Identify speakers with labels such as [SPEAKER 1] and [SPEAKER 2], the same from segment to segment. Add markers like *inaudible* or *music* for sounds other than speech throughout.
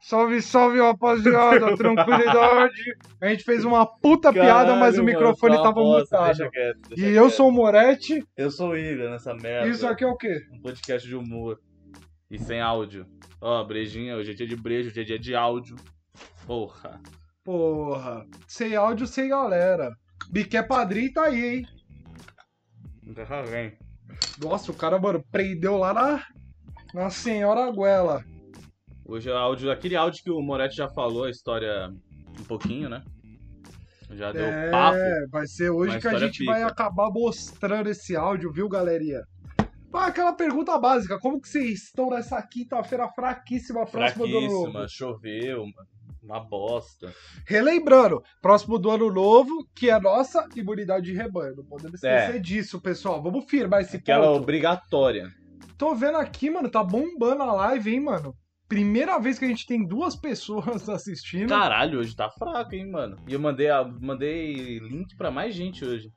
[SPEAKER 1] Salve, salve,
[SPEAKER 2] *laughs*
[SPEAKER 1] rapaziada, tranquilidade. A gente fez uma puta
[SPEAKER 2] Caralho,
[SPEAKER 1] piada, mas o
[SPEAKER 2] mano,
[SPEAKER 1] microfone
[SPEAKER 2] tá uma
[SPEAKER 1] tava
[SPEAKER 2] bosta,
[SPEAKER 1] mutado.
[SPEAKER 2] deixa quieto, deixa
[SPEAKER 1] E eu
[SPEAKER 2] quieto.
[SPEAKER 1] sou o Moretti,
[SPEAKER 2] Eu sou o Igor nessa merda.
[SPEAKER 1] isso aqui é o quê?
[SPEAKER 2] Um podcast de humor. E sem áudio. Ó, brejinha, hoje é dia de brejo, hoje é dia de áudio. Porra.
[SPEAKER 1] Porra, sem áudio, sem galera. Biqué Padrinho tá aí, hein?
[SPEAKER 2] Tá bem.
[SPEAKER 1] Nossa, o cara, mano, prendeu lá na, na Senhora Guela.
[SPEAKER 2] Hoje é áudio, aquele áudio que o Moretti já falou a história um pouquinho, né? Já deu
[SPEAKER 1] é,
[SPEAKER 2] papo.
[SPEAKER 1] vai ser
[SPEAKER 2] Uma
[SPEAKER 1] hoje que a
[SPEAKER 2] história
[SPEAKER 1] gente
[SPEAKER 2] pica.
[SPEAKER 1] vai acabar mostrando esse áudio, viu, galeria? Ah, aquela pergunta básica, como que vocês estão nessa quinta-feira fraquíssima, próxima do ano novo?
[SPEAKER 2] Fraquíssima, choveu, mano. Uma bosta.
[SPEAKER 1] Relembrando, próximo do ano novo, que é a nossa imunidade de rebanho. Não podemos
[SPEAKER 2] É.
[SPEAKER 1] esquecer disso, pessoal. Vamos firmar esse
[SPEAKER 2] Aquela
[SPEAKER 1] ponto.
[SPEAKER 2] obrigatória.
[SPEAKER 1] Tô vendo aqui, mano, tá bombando a live, hein, mano. Primeira vez que a gente tem duas pessoas *laughs* assistindo.
[SPEAKER 2] Caralho, hoje tá fraco, hein, mano. E eu mandei, a- mandei link pra mais gente hoje.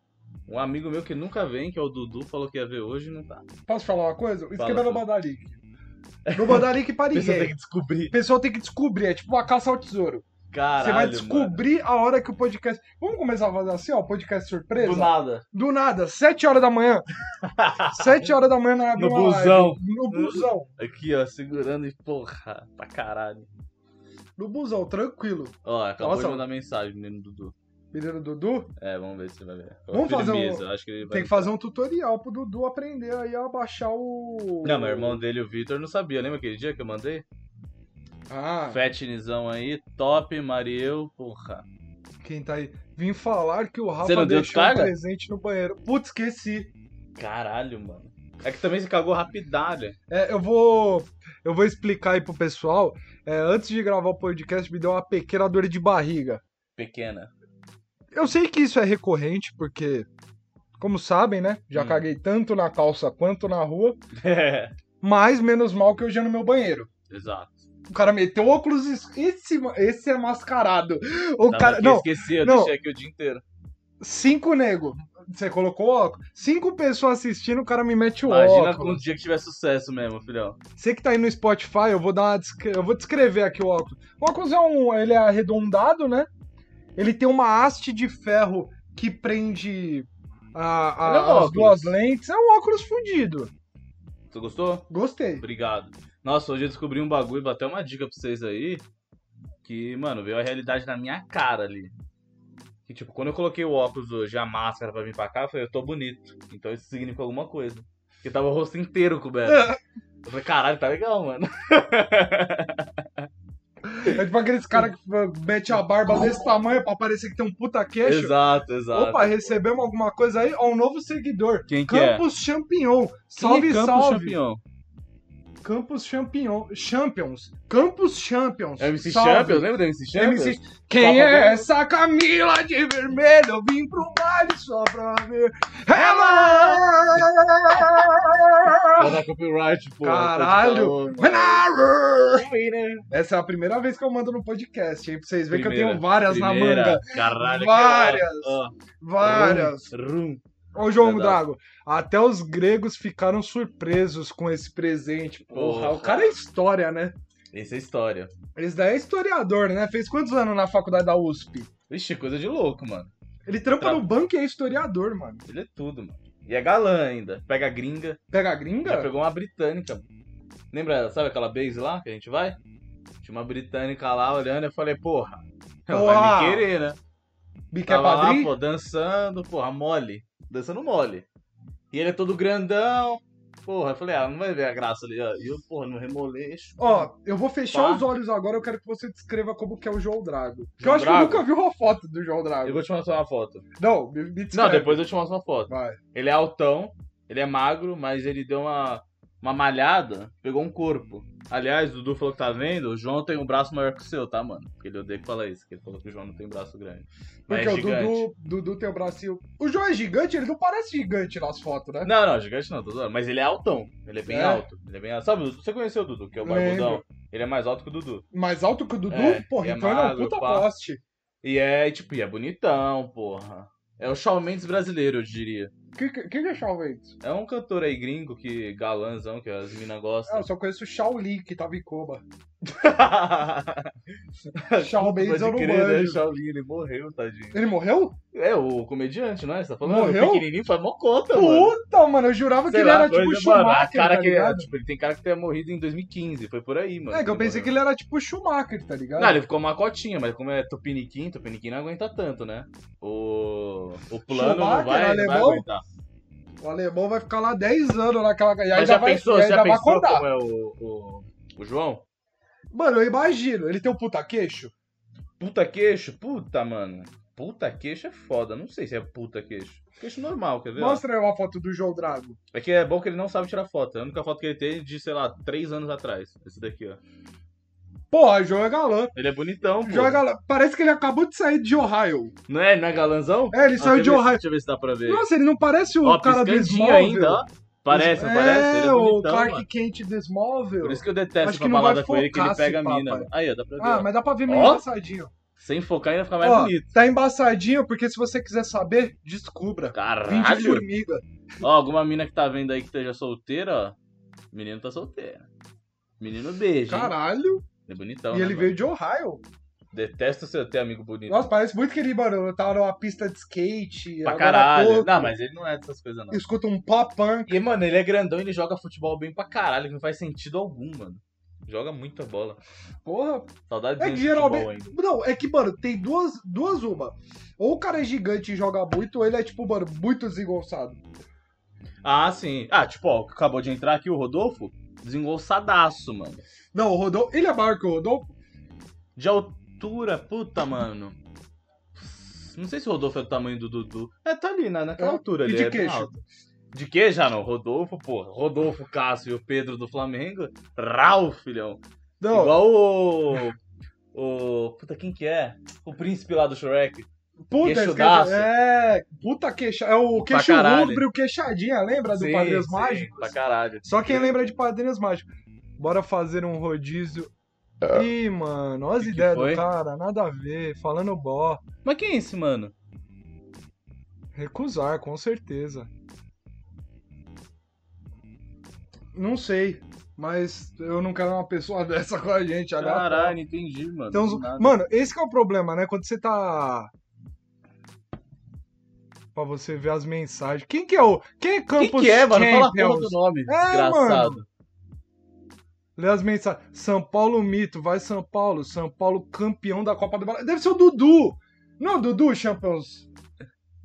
[SPEAKER 2] Um amigo meu que nunca vem, que é o Dudu, falou que ia ver hoje e não tá.
[SPEAKER 1] Posso falar uma coisa? O esquema é
[SPEAKER 2] Fala,
[SPEAKER 1] não mandar link. Não mandar link
[SPEAKER 2] *laughs*
[SPEAKER 1] pra
[SPEAKER 2] A pessoa tem
[SPEAKER 1] ninguém.
[SPEAKER 2] que descobrir.
[SPEAKER 1] O pessoal tem que descobrir, é tipo uma caça ao tesouro.
[SPEAKER 2] Caralho,
[SPEAKER 1] Você vai
[SPEAKER 2] mano.
[SPEAKER 1] descobrir a hora que o podcast. Vamos começar a fazer assim, ó, podcast surpresa?
[SPEAKER 2] Do nada.
[SPEAKER 1] Do nada, 7 horas da
[SPEAKER 2] *laughs*
[SPEAKER 1] manhã. 7 horas da manhã na
[SPEAKER 2] No
[SPEAKER 1] uma
[SPEAKER 2] busão.
[SPEAKER 1] live. No busão.
[SPEAKER 2] Aqui, ó, segurando e porra, pra caralho.
[SPEAKER 1] No busão, tranquilo.
[SPEAKER 2] Ó, acabou
[SPEAKER 1] Nossa.
[SPEAKER 2] de mandar mensagem, menino Dudu.
[SPEAKER 1] Menino Dudu,
[SPEAKER 2] É, vamos ver se você vai ver.
[SPEAKER 1] Vamos fazer um-
[SPEAKER 2] Firmeza, acho que ele vai...
[SPEAKER 1] tem que fazer um tutorial pro Dudu aprender aí a baixar o.
[SPEAKER 2] Não, meu irmão dele, o Vitor, não sabia. Lembra aquele dia que eu mandei?
[SPEAKER 1] Ah,
[SPEAKER 2] Fetnizão aí, top, Mariel, porra.
[SPEAKER 1] quem tá aí? Vim falar que o Rafa
[SPEAKER 2] Você não deu
[SPEAKER 1] deixou um
[SPEAKER 2] descarga?
[SPEAKER 1] presente no banheiro. Putz, esqueci.
[SPEAKER 2] Caralho, mano. É que também se cagou rapidalho.
[SPEAKER 1] É, eu vou. Eu vou explicar aí pro pessoal. É, antes de gravar o podcast, me deu uma pequena dor de barriga.
[SPEAKER 2] Pequena.
[SPEAKER 1] Eu sei que isso é recorrente, porque, como sabem, né? Já
[SPEAKER 2] Hum.
[SPEAKER 1] caguei tanto na calça quanto na rua. Mas menos mal que hoje é no meu banheiro.
[SPEAKER 2] Exato.
[SPEAKER 1] O cara meteu óculos es- esse esse é mascarado. O
[SPEAKER 2] Tava
[SPEAKER 1] cara,
[SPEAKER 2] aqui,
[SPEAKER 1] não,
[SPEAKER 2] Esqueci, Tá, eu
[SPEAKER 1] não.
[SPEAKER 2] deixei aqui o dia inteiro.
[SPEAKER 1] cinco nego. Você colocou óculos. Cinco pessoas assistindo, o cara me mete o
[SPEAKER 2] Imagina um
[SPEAKER 1] óculos.
[SPEAKER 2] dia que tiver sucesso mesmo, filhão.
[SPEAKER 1] Você que tá aí no Spotify, eu vou dar uma descri- eu vou descrever aqui o óculos. O óculos é um, ele é arredondado, né? Ele tem uma haste de ferro que prende a- a-
[SPEAKER 2] Ele é um
[SPEAKER 1] as
[SPEAKER 2] óculos.
[SPEAKER 1] duas lentes. É um óculos fundido.
[SPEAKER 2] Tu gostou?
[SPEAKER 1] Gostei.
[SPEAKER 2] Obrigado. Nossa, hoje eu descobri um bagulho, vou até uma dica pra vocês aí. Que, mano, veio a realidade na minha cara ali. Que, tipo, quando eu coloquei o óculos hoje, a máscara pra vir pra cá, eu falei, eu tô bonito. Então isso significa alguma coisa. Porque tava o rosto inteiro coberto. Eu falei, caralho, tá legal, mano.
[SPEAKER 1] É tipo aqueles caras que mete a barba desse tamanho pra parecer que tem um puta queixo.
[SPEAKER 2] Exato, exato.
[SPEAKER 1] Opa, recebemos alguma coisa aí? Ó, um novo seguidor.
[SPEAKER 2] Quem que é?
[SPEAKER 1] Campos Champignon. Salve,
[SPEAKER 2] Quem é Campos
[SPEAKER 1] salve.
[SPEAKER 2] Champion?
[SPEAKER 1] Campos Champignon. Champions. Campos Champions.
[SPEAKER 2] É o MC
[SPEAKER 1] Salve.
[SPEAKER 2] Champions? Lembra do MC Champions?
[SPEAKER 1] MC Quem
[SPEAKER 2] Tá
[SPEAKER 1] é
[SPEAKER 2] bom.
[SPEAKER 1] essa Camila de vermelho? Eu vim pro baile só pra ver. Ela!
[SPEAKER 2] Vai dar copyright, pô.
[SPEAKER 1] Caralho.
[SPEAKER 2] Primeira,
[SPEAKER 1] Essa é a primeira vez que eu mando no podcast, hein? Pra vocês verem que eu tenho várias na manga.
[SPEAKER 2] Caralho,
[SPEAKER 1] Várias.
[SPEAKER 2] que é ó, ó.
[SPEAKER 1] Várias.
[SPEAKER 2] Rum.
[SPEAKER 1] Ô, João
[SPEAKER 2] Verdade.
[SPEAKER 1] Drago, até os gregos ficaram surpresos com esse presente. Porra,
[SPEAKER 2] Porra.
[SPEAKER 1] o cara é história, né?
[SPEAKER 2] Essa é história.
[SPEAKER 1] Esse daí é historiador, né? Fez quantos anos na faculdade da USP?
[SPEAKER 2] Vixe, coisa de louco, mano.
[SPEAKER 1] Ele trampa
[SPEAKER 2] Tá.
[SPEAKER 1] no banco e é historiador, mano.
[SPEAKER 2] Ele é tudo, mano. E é galã ainda. Pega a gringa.
[SPEAKER 1] Pega a
[SPEAKER 2] Já
[SPEAKER 1] gringa?
[SPEAKER 2] pegou uma britânica. mano. Lembra, sabe aquela base lá que a gente vai? Tinha uma britânica lá olhando. Eu falei, porra. Ela vai
[SPEAKER 1] Porra.
[SPEAKER 2] me querer, né?
[SPEAKER 1] Biquet
[SPEAKER 2] Tava lá,
[SPEAKER 1] é Padrinho?
[SPEAKER 2] pô, dançando, porra, mole. Dançando mole. E ele é todo grandão. Porra, eu falei, ah, não vai ver a graça ali. ó. E eu, porra, no remoleixo.
[SPEAKER 1] Ó, eu vou fechar
[SPEAKER 2] Pá.
[SPEAKER 1] os olhos agora, eu quero que você descreva como que é o João Drago. Que eu
[SPEAKER 2] João
[SPEAKER 1] acho
[SPEAKER 2] Drago?
[SPEAKER 1] que eu nunca vi uma foto do João Drago.
[SPEAKER 2] Eu vou te mostrar uma foto.
[SPEAKER 1] Não, me, me
[SPEAKER 2] Não,
[SPEAKER 1] descreve.
[SPEAKER 2] depois eu te mostro uma foto.
[SPEAKER 1] Vai.
[SPEAKER 2] Ele é altão, ele é magro, mas ele deu uma, uma malhada, pegou um corpo. Aliás, o Dudu falou que tá vendo, o João tem um braço maior que o seu, tá, mano? Porque ele odeia que fala isso, que ele falou que o João não tem um braço grande. Mas
[SPEAKER 1] Porque
[SPEAKER 2] é
[SPEAKER 1] o
[SPEAKER 2] gigante.
[SPEAKER 1] Dudu, Dudu tem o bracinho. O João é gigante, ele não parece gigante nas fotos, né?
[SPEAKER 2] Não, não, gigante não, tô zoando. Mas ele é altão, ele é bem
[SPEAKER 1] É?
[SPEAKER 2] alto. Ele é bem alto. Sabe, você conheceu o Dudu, que é o barbudão?
[SPEAKER 1] Lembro.
[SPEAKER 2] Ele é mais alto que o Dudu.
[SPEAKER 1] Mais alto que o Dudu,
[SPEAKER 2] É,
[SPEAKER 1] porra,
[SPEAKER 2] e é
[SPEAKER 1] então ele é um
[SPEAKER 2] magro,
[SPEAKER 1] puta
[SPEAKER 2] pá.
[SPEAKER 1] poste.
[SPEAKER 2] E é, tipo, e é bonitão, porra. É o Shawn Mendes brasileiro, eu diria.
[SPEAKER 1] Quem que, que é Shawn Mendes?
[SPEAKER 2] É um cantor aí gringo que galãzão, que as minas
[SPEAKER 1] Ah,
[SPEAKER 2] gostam.
[SPEAKER 1] eu só conheço o Shaolin, que tava em
[SPEAKER 2] *laughs*
[SPEAKER 1] coma. É, Shawn Mendes eu
[SPEAKER 2] Pode
[SPEAKER 1] não
[SPEAKER 2] crer, né?
[SPEAKER 1] manjo.
[SPEAKER 2] Shaolin, ele morreu, tadinho.
[SPEAKER 1] Ele morreu?
[SPEAKER 2] É, o comediante, não é? Você tá falando?
[SPEAKER 1] Morreu?
[SPEAKER 2] O pequenininho faz mó conta, mano.
[SPEAKER 1] Puta, mano, eu jurava que
[SPEAKER 2] Sei
[SPEAKER 1] ele
[SPEAKER 2] lá,
[SPEAKER 1] era
[SPEAKER 2] coisa,
[SPEAKER 1] tipo
[SPEAKER 2] mano, a
[SPEAKER 1] Schumacher,
[SPEAKER 2] cara
[SPEAKER 1] tá
[SPEAKER 2] que,
[SPEAKER 1] ligado?
[SPEAKER 2] tipo, ele tem cara que tenha morrido em 2015, foi por aí, mano.
[SPEAKER 1] É, que eu pensei que
[SPEAKER 2] morreu.
[SPEAKER 1] ele era tipo Schumacher, tá ligado?
[SPEAKER 2] Não, ele ficou uma cotinha, mas como é Tupiniquim, Tupiniquim não aguenta tanto, né? O, o plano não
[SPEAKER 1] Schumacher,
[SPEAKER 2] vai, não vai
[SPEAKER 1] alemão?
[SPEAKER 2] aguentar.
[SPEAKER 1] O alemão vai ficar lá 10 anos naquela. E ainda
[SPEAKER 2] Mas já
[SPEAKER 1] vai,
[SPEAKER 2] pensou,
[SPEAKER 1] e
[SPEAKER 2] você
[SPEAKER 1] ainda
[SPEAKER 2] já
[SPEAKER 1] vai
[SPEAKER 2] pensou
[SPEAKER 1] acordar.
[SPEAKER 2] como é o, o, o João?
[SPEAKER 1] Mano, eu imagino. Ele tem um puta queixo?
[SPEAKER 2] Puta queixo, puta, mano. Puta queixo é foda, não sei se é puta queixo. Queixo normal, quer ver? ó?
[SPEAKER 1] Mostra aí uma foto do João Drago.
[SPEAKER 2] É que é bom que ele não sabe tirar foto. É a única foto que ele tem é de, sei lá, três anos atrás. Esse daqui, ó.
[SPEAKER 1] Porra, João é galã.
[SPEAKER 2] Ele é bonitão, pô.
[SPEAKER 1] João é galã. Parece que ele acabou de sair de Ohio.
[SPEAKER 2] Não é? Não é galanzão?
[SPEAKER 1] É, ele
[SPEAKER 2] Ó,
[SPEAKER 1] saiu
[SPEAKER 2] deixa
[SPEAKER 1] de
[SPEAKER 2] eu ver-
[SPEAKER 1] Ohio.
[SPEAKER 2] Deixa eu ver se dá pra ver.
[SPEAKER 1] Nossa, ele não parece o
[SPEAKER 2] ó,
[SPEAKER 1] cara do
[SPEAKER 2] piscandinho
[SPEAKER 1] Smallville.
[SPEAKER 2] ainda, ó. Parece, não
[SPEAKER 1] é,
[SPEAKER 2] parece? Ele é
[SPEAKER 1] o
[SPEAKER 2] bonitão,
[SPEAKER 1] Clark
[SPEAKER 2] mano.
[SPEAKER 1] Kent do Smallville.
[SPEAKER 2] Por isso que eu detesto
[SPEAKER 1] Acho
[SPEAKER 2] pra
[SPEAKER 1] que não vai
[SPEAKER 2] balada com ele, que ele
[SPEAKER 1] focar,
[SPEAKER 2] pega a
[SPEAKER 1] se
[SPEAKER 2] mina.
[SPEAKER 1] pá,
[SPEAKER 2] mano. Aí, ó, dá pra ver.
[SPEAKER 1] Ah,
[SPEAKER 2] ó.
[SPEAKER 1] mas dá pra ver meio
[SPEAKER 2] é. Ó.
[SPEAKER 1] embaçadinho.
[SPEAKER 2] Sem focar ainda fica mais
[SPEAKER 1] Ó.
[SPEAKER 2] bonito.
[SPEAKER 1] Tá embaçadinho, porque se você quiser saber, descubra. Vim de
[SPEAKER 2] Caralho!
[SPEAKER 1] formiga.
[SPEAKER 2] Ó, alguma mina que tá vendo aí que esteja solteira, ó. Menino tá solteiro. Menino beija. hein?
[SPEAKER 1] Caralho.
[SPEAKER 2] Ele é bonitão.
[SPEAKER 1] e
[SPEAKER 2] né,
[SPEAKER 1] ele
[SPEAKER 2] mano?
[SPEAKER 1] veio de Ohio.
[SPEAKER 2] Detesto seu ter amigo bonito.
[SPEAKER 1] Nossa, parece muito que ele, mano, eu tava numa pista de skate.
[SPEAKER 2] pra
[SPEAKER 1] agora há
[SPEAKER 2] caralho.
[SPEAKER 1] pouco,
[SPEAKER 2] Não, mas ele não é dessas coisas, não.
[SPEAKER 1] Escuta um pop punk.
[SPEAKER 2] E, mano, ele é grandão e ele joga futebol bem pra caralho, que não faz sentido algum, mano. Joga muita bola.
[SPEAKER 1] Porra.
[SPEAKER 2] Saudade
[SPEAKER 1] É
[SPEAKER 2] de
[SPEAKER 1] que
[SPEAKER 2] futebol
[SPEAKER 1] geralmente.
[SPEAKER 2] ainda.
[SPEAKER 1] Não, é que, mano, tem duas, duas uma. Ou o cara é gigante e joga muito, ou ele é, tipo, mano, muito desengonçado.
[SPEAKER 2] Ah, sim. Ah, tipo, ó, que acabou de entrar aqui o Rodolfo, desengolçadaço, mano.
[SPEAKER 1] Não, o Rodolfo. Ele é maior que o Rodolfo?
[SPEAKER 2] De altura, puta, mano. Não sei se o Rodolfo é do tamanho do Dudu. É, tá ali, na, naquela
[SPEAKER 1] É.
[SPEAKER 2] altura
[SPEAKER 1] E
[SPEAKER 2] ali.
[SPEAKER 1] de
[SPEAKER 2] é bem
[SPEAKER 1] queixo?
[SPEAKER 2] alto. De queijo, ah, não. Rodolfo, porra. Rodolfo, Cássio e o Pedro do Flamengo. Rau, filhão.
[SPEAKER 1] Não.
[SPEAKER 2] Igual o... O... Puta, quem que é? O príncipe lá do Shrek.
[SPEAKER 1] puta,
[SPEAKER 2] queixudaço.
[SPEAKER 1] esquece- É. Puta queixa. É o
[SPEAKER 2] Pra
[SPEAKER 1] queixo
[SPEAKER 2] caralho.
[SPEAKER 1] rubro e o queixadinha, lembra É do Padrinhos Mágicos?
[SPEAKER 2] Pra caralho.
[SPEAKER 1] Só quem lembra de Padrinhos Mágicos. Bora fazer um rodízio. Ih, mano, olha as
[SPEAKER 2] Que que
[SPEAKER 1] ideias
[SPEAKER 2] foi?
[SPEAKER 1] do cara, nada a ver, falando bó.
[SPEAKER 2] Mas quem é esse, mano?
[SPEAKER 1] Recusar, com certeza. Não sei, mas eu não quero uma pessoa *laughs* dessa com a gente agora.
[SPEAKER 2] Caralho, entendi, mano.
[SPEAKER 1] Então,
[SPEAKER 2] Do nada.
[SPEAKER 1] mano, esse que é o problema, né? Quando você tá. Pra você ver as mensagens. Quem que é o. Quem é
[SPEAKER 2] Quem
[SPEAKER 1] Campus
[SPEAKER 2] que é, mano? Fala a porra do
[SPEAKER 1] Champions? É,
[SPEAKER 2] nome,
[SPEAKER 1] mano.
[SPEAKER 2] desgraçado.
[SPEAKER 1] Lê as mensagens. São Paulo mito, vai São Paulo. São Paulo campeão da Copa do Brasil. Deve ser o Dudu. Não é o Dudu, Champions.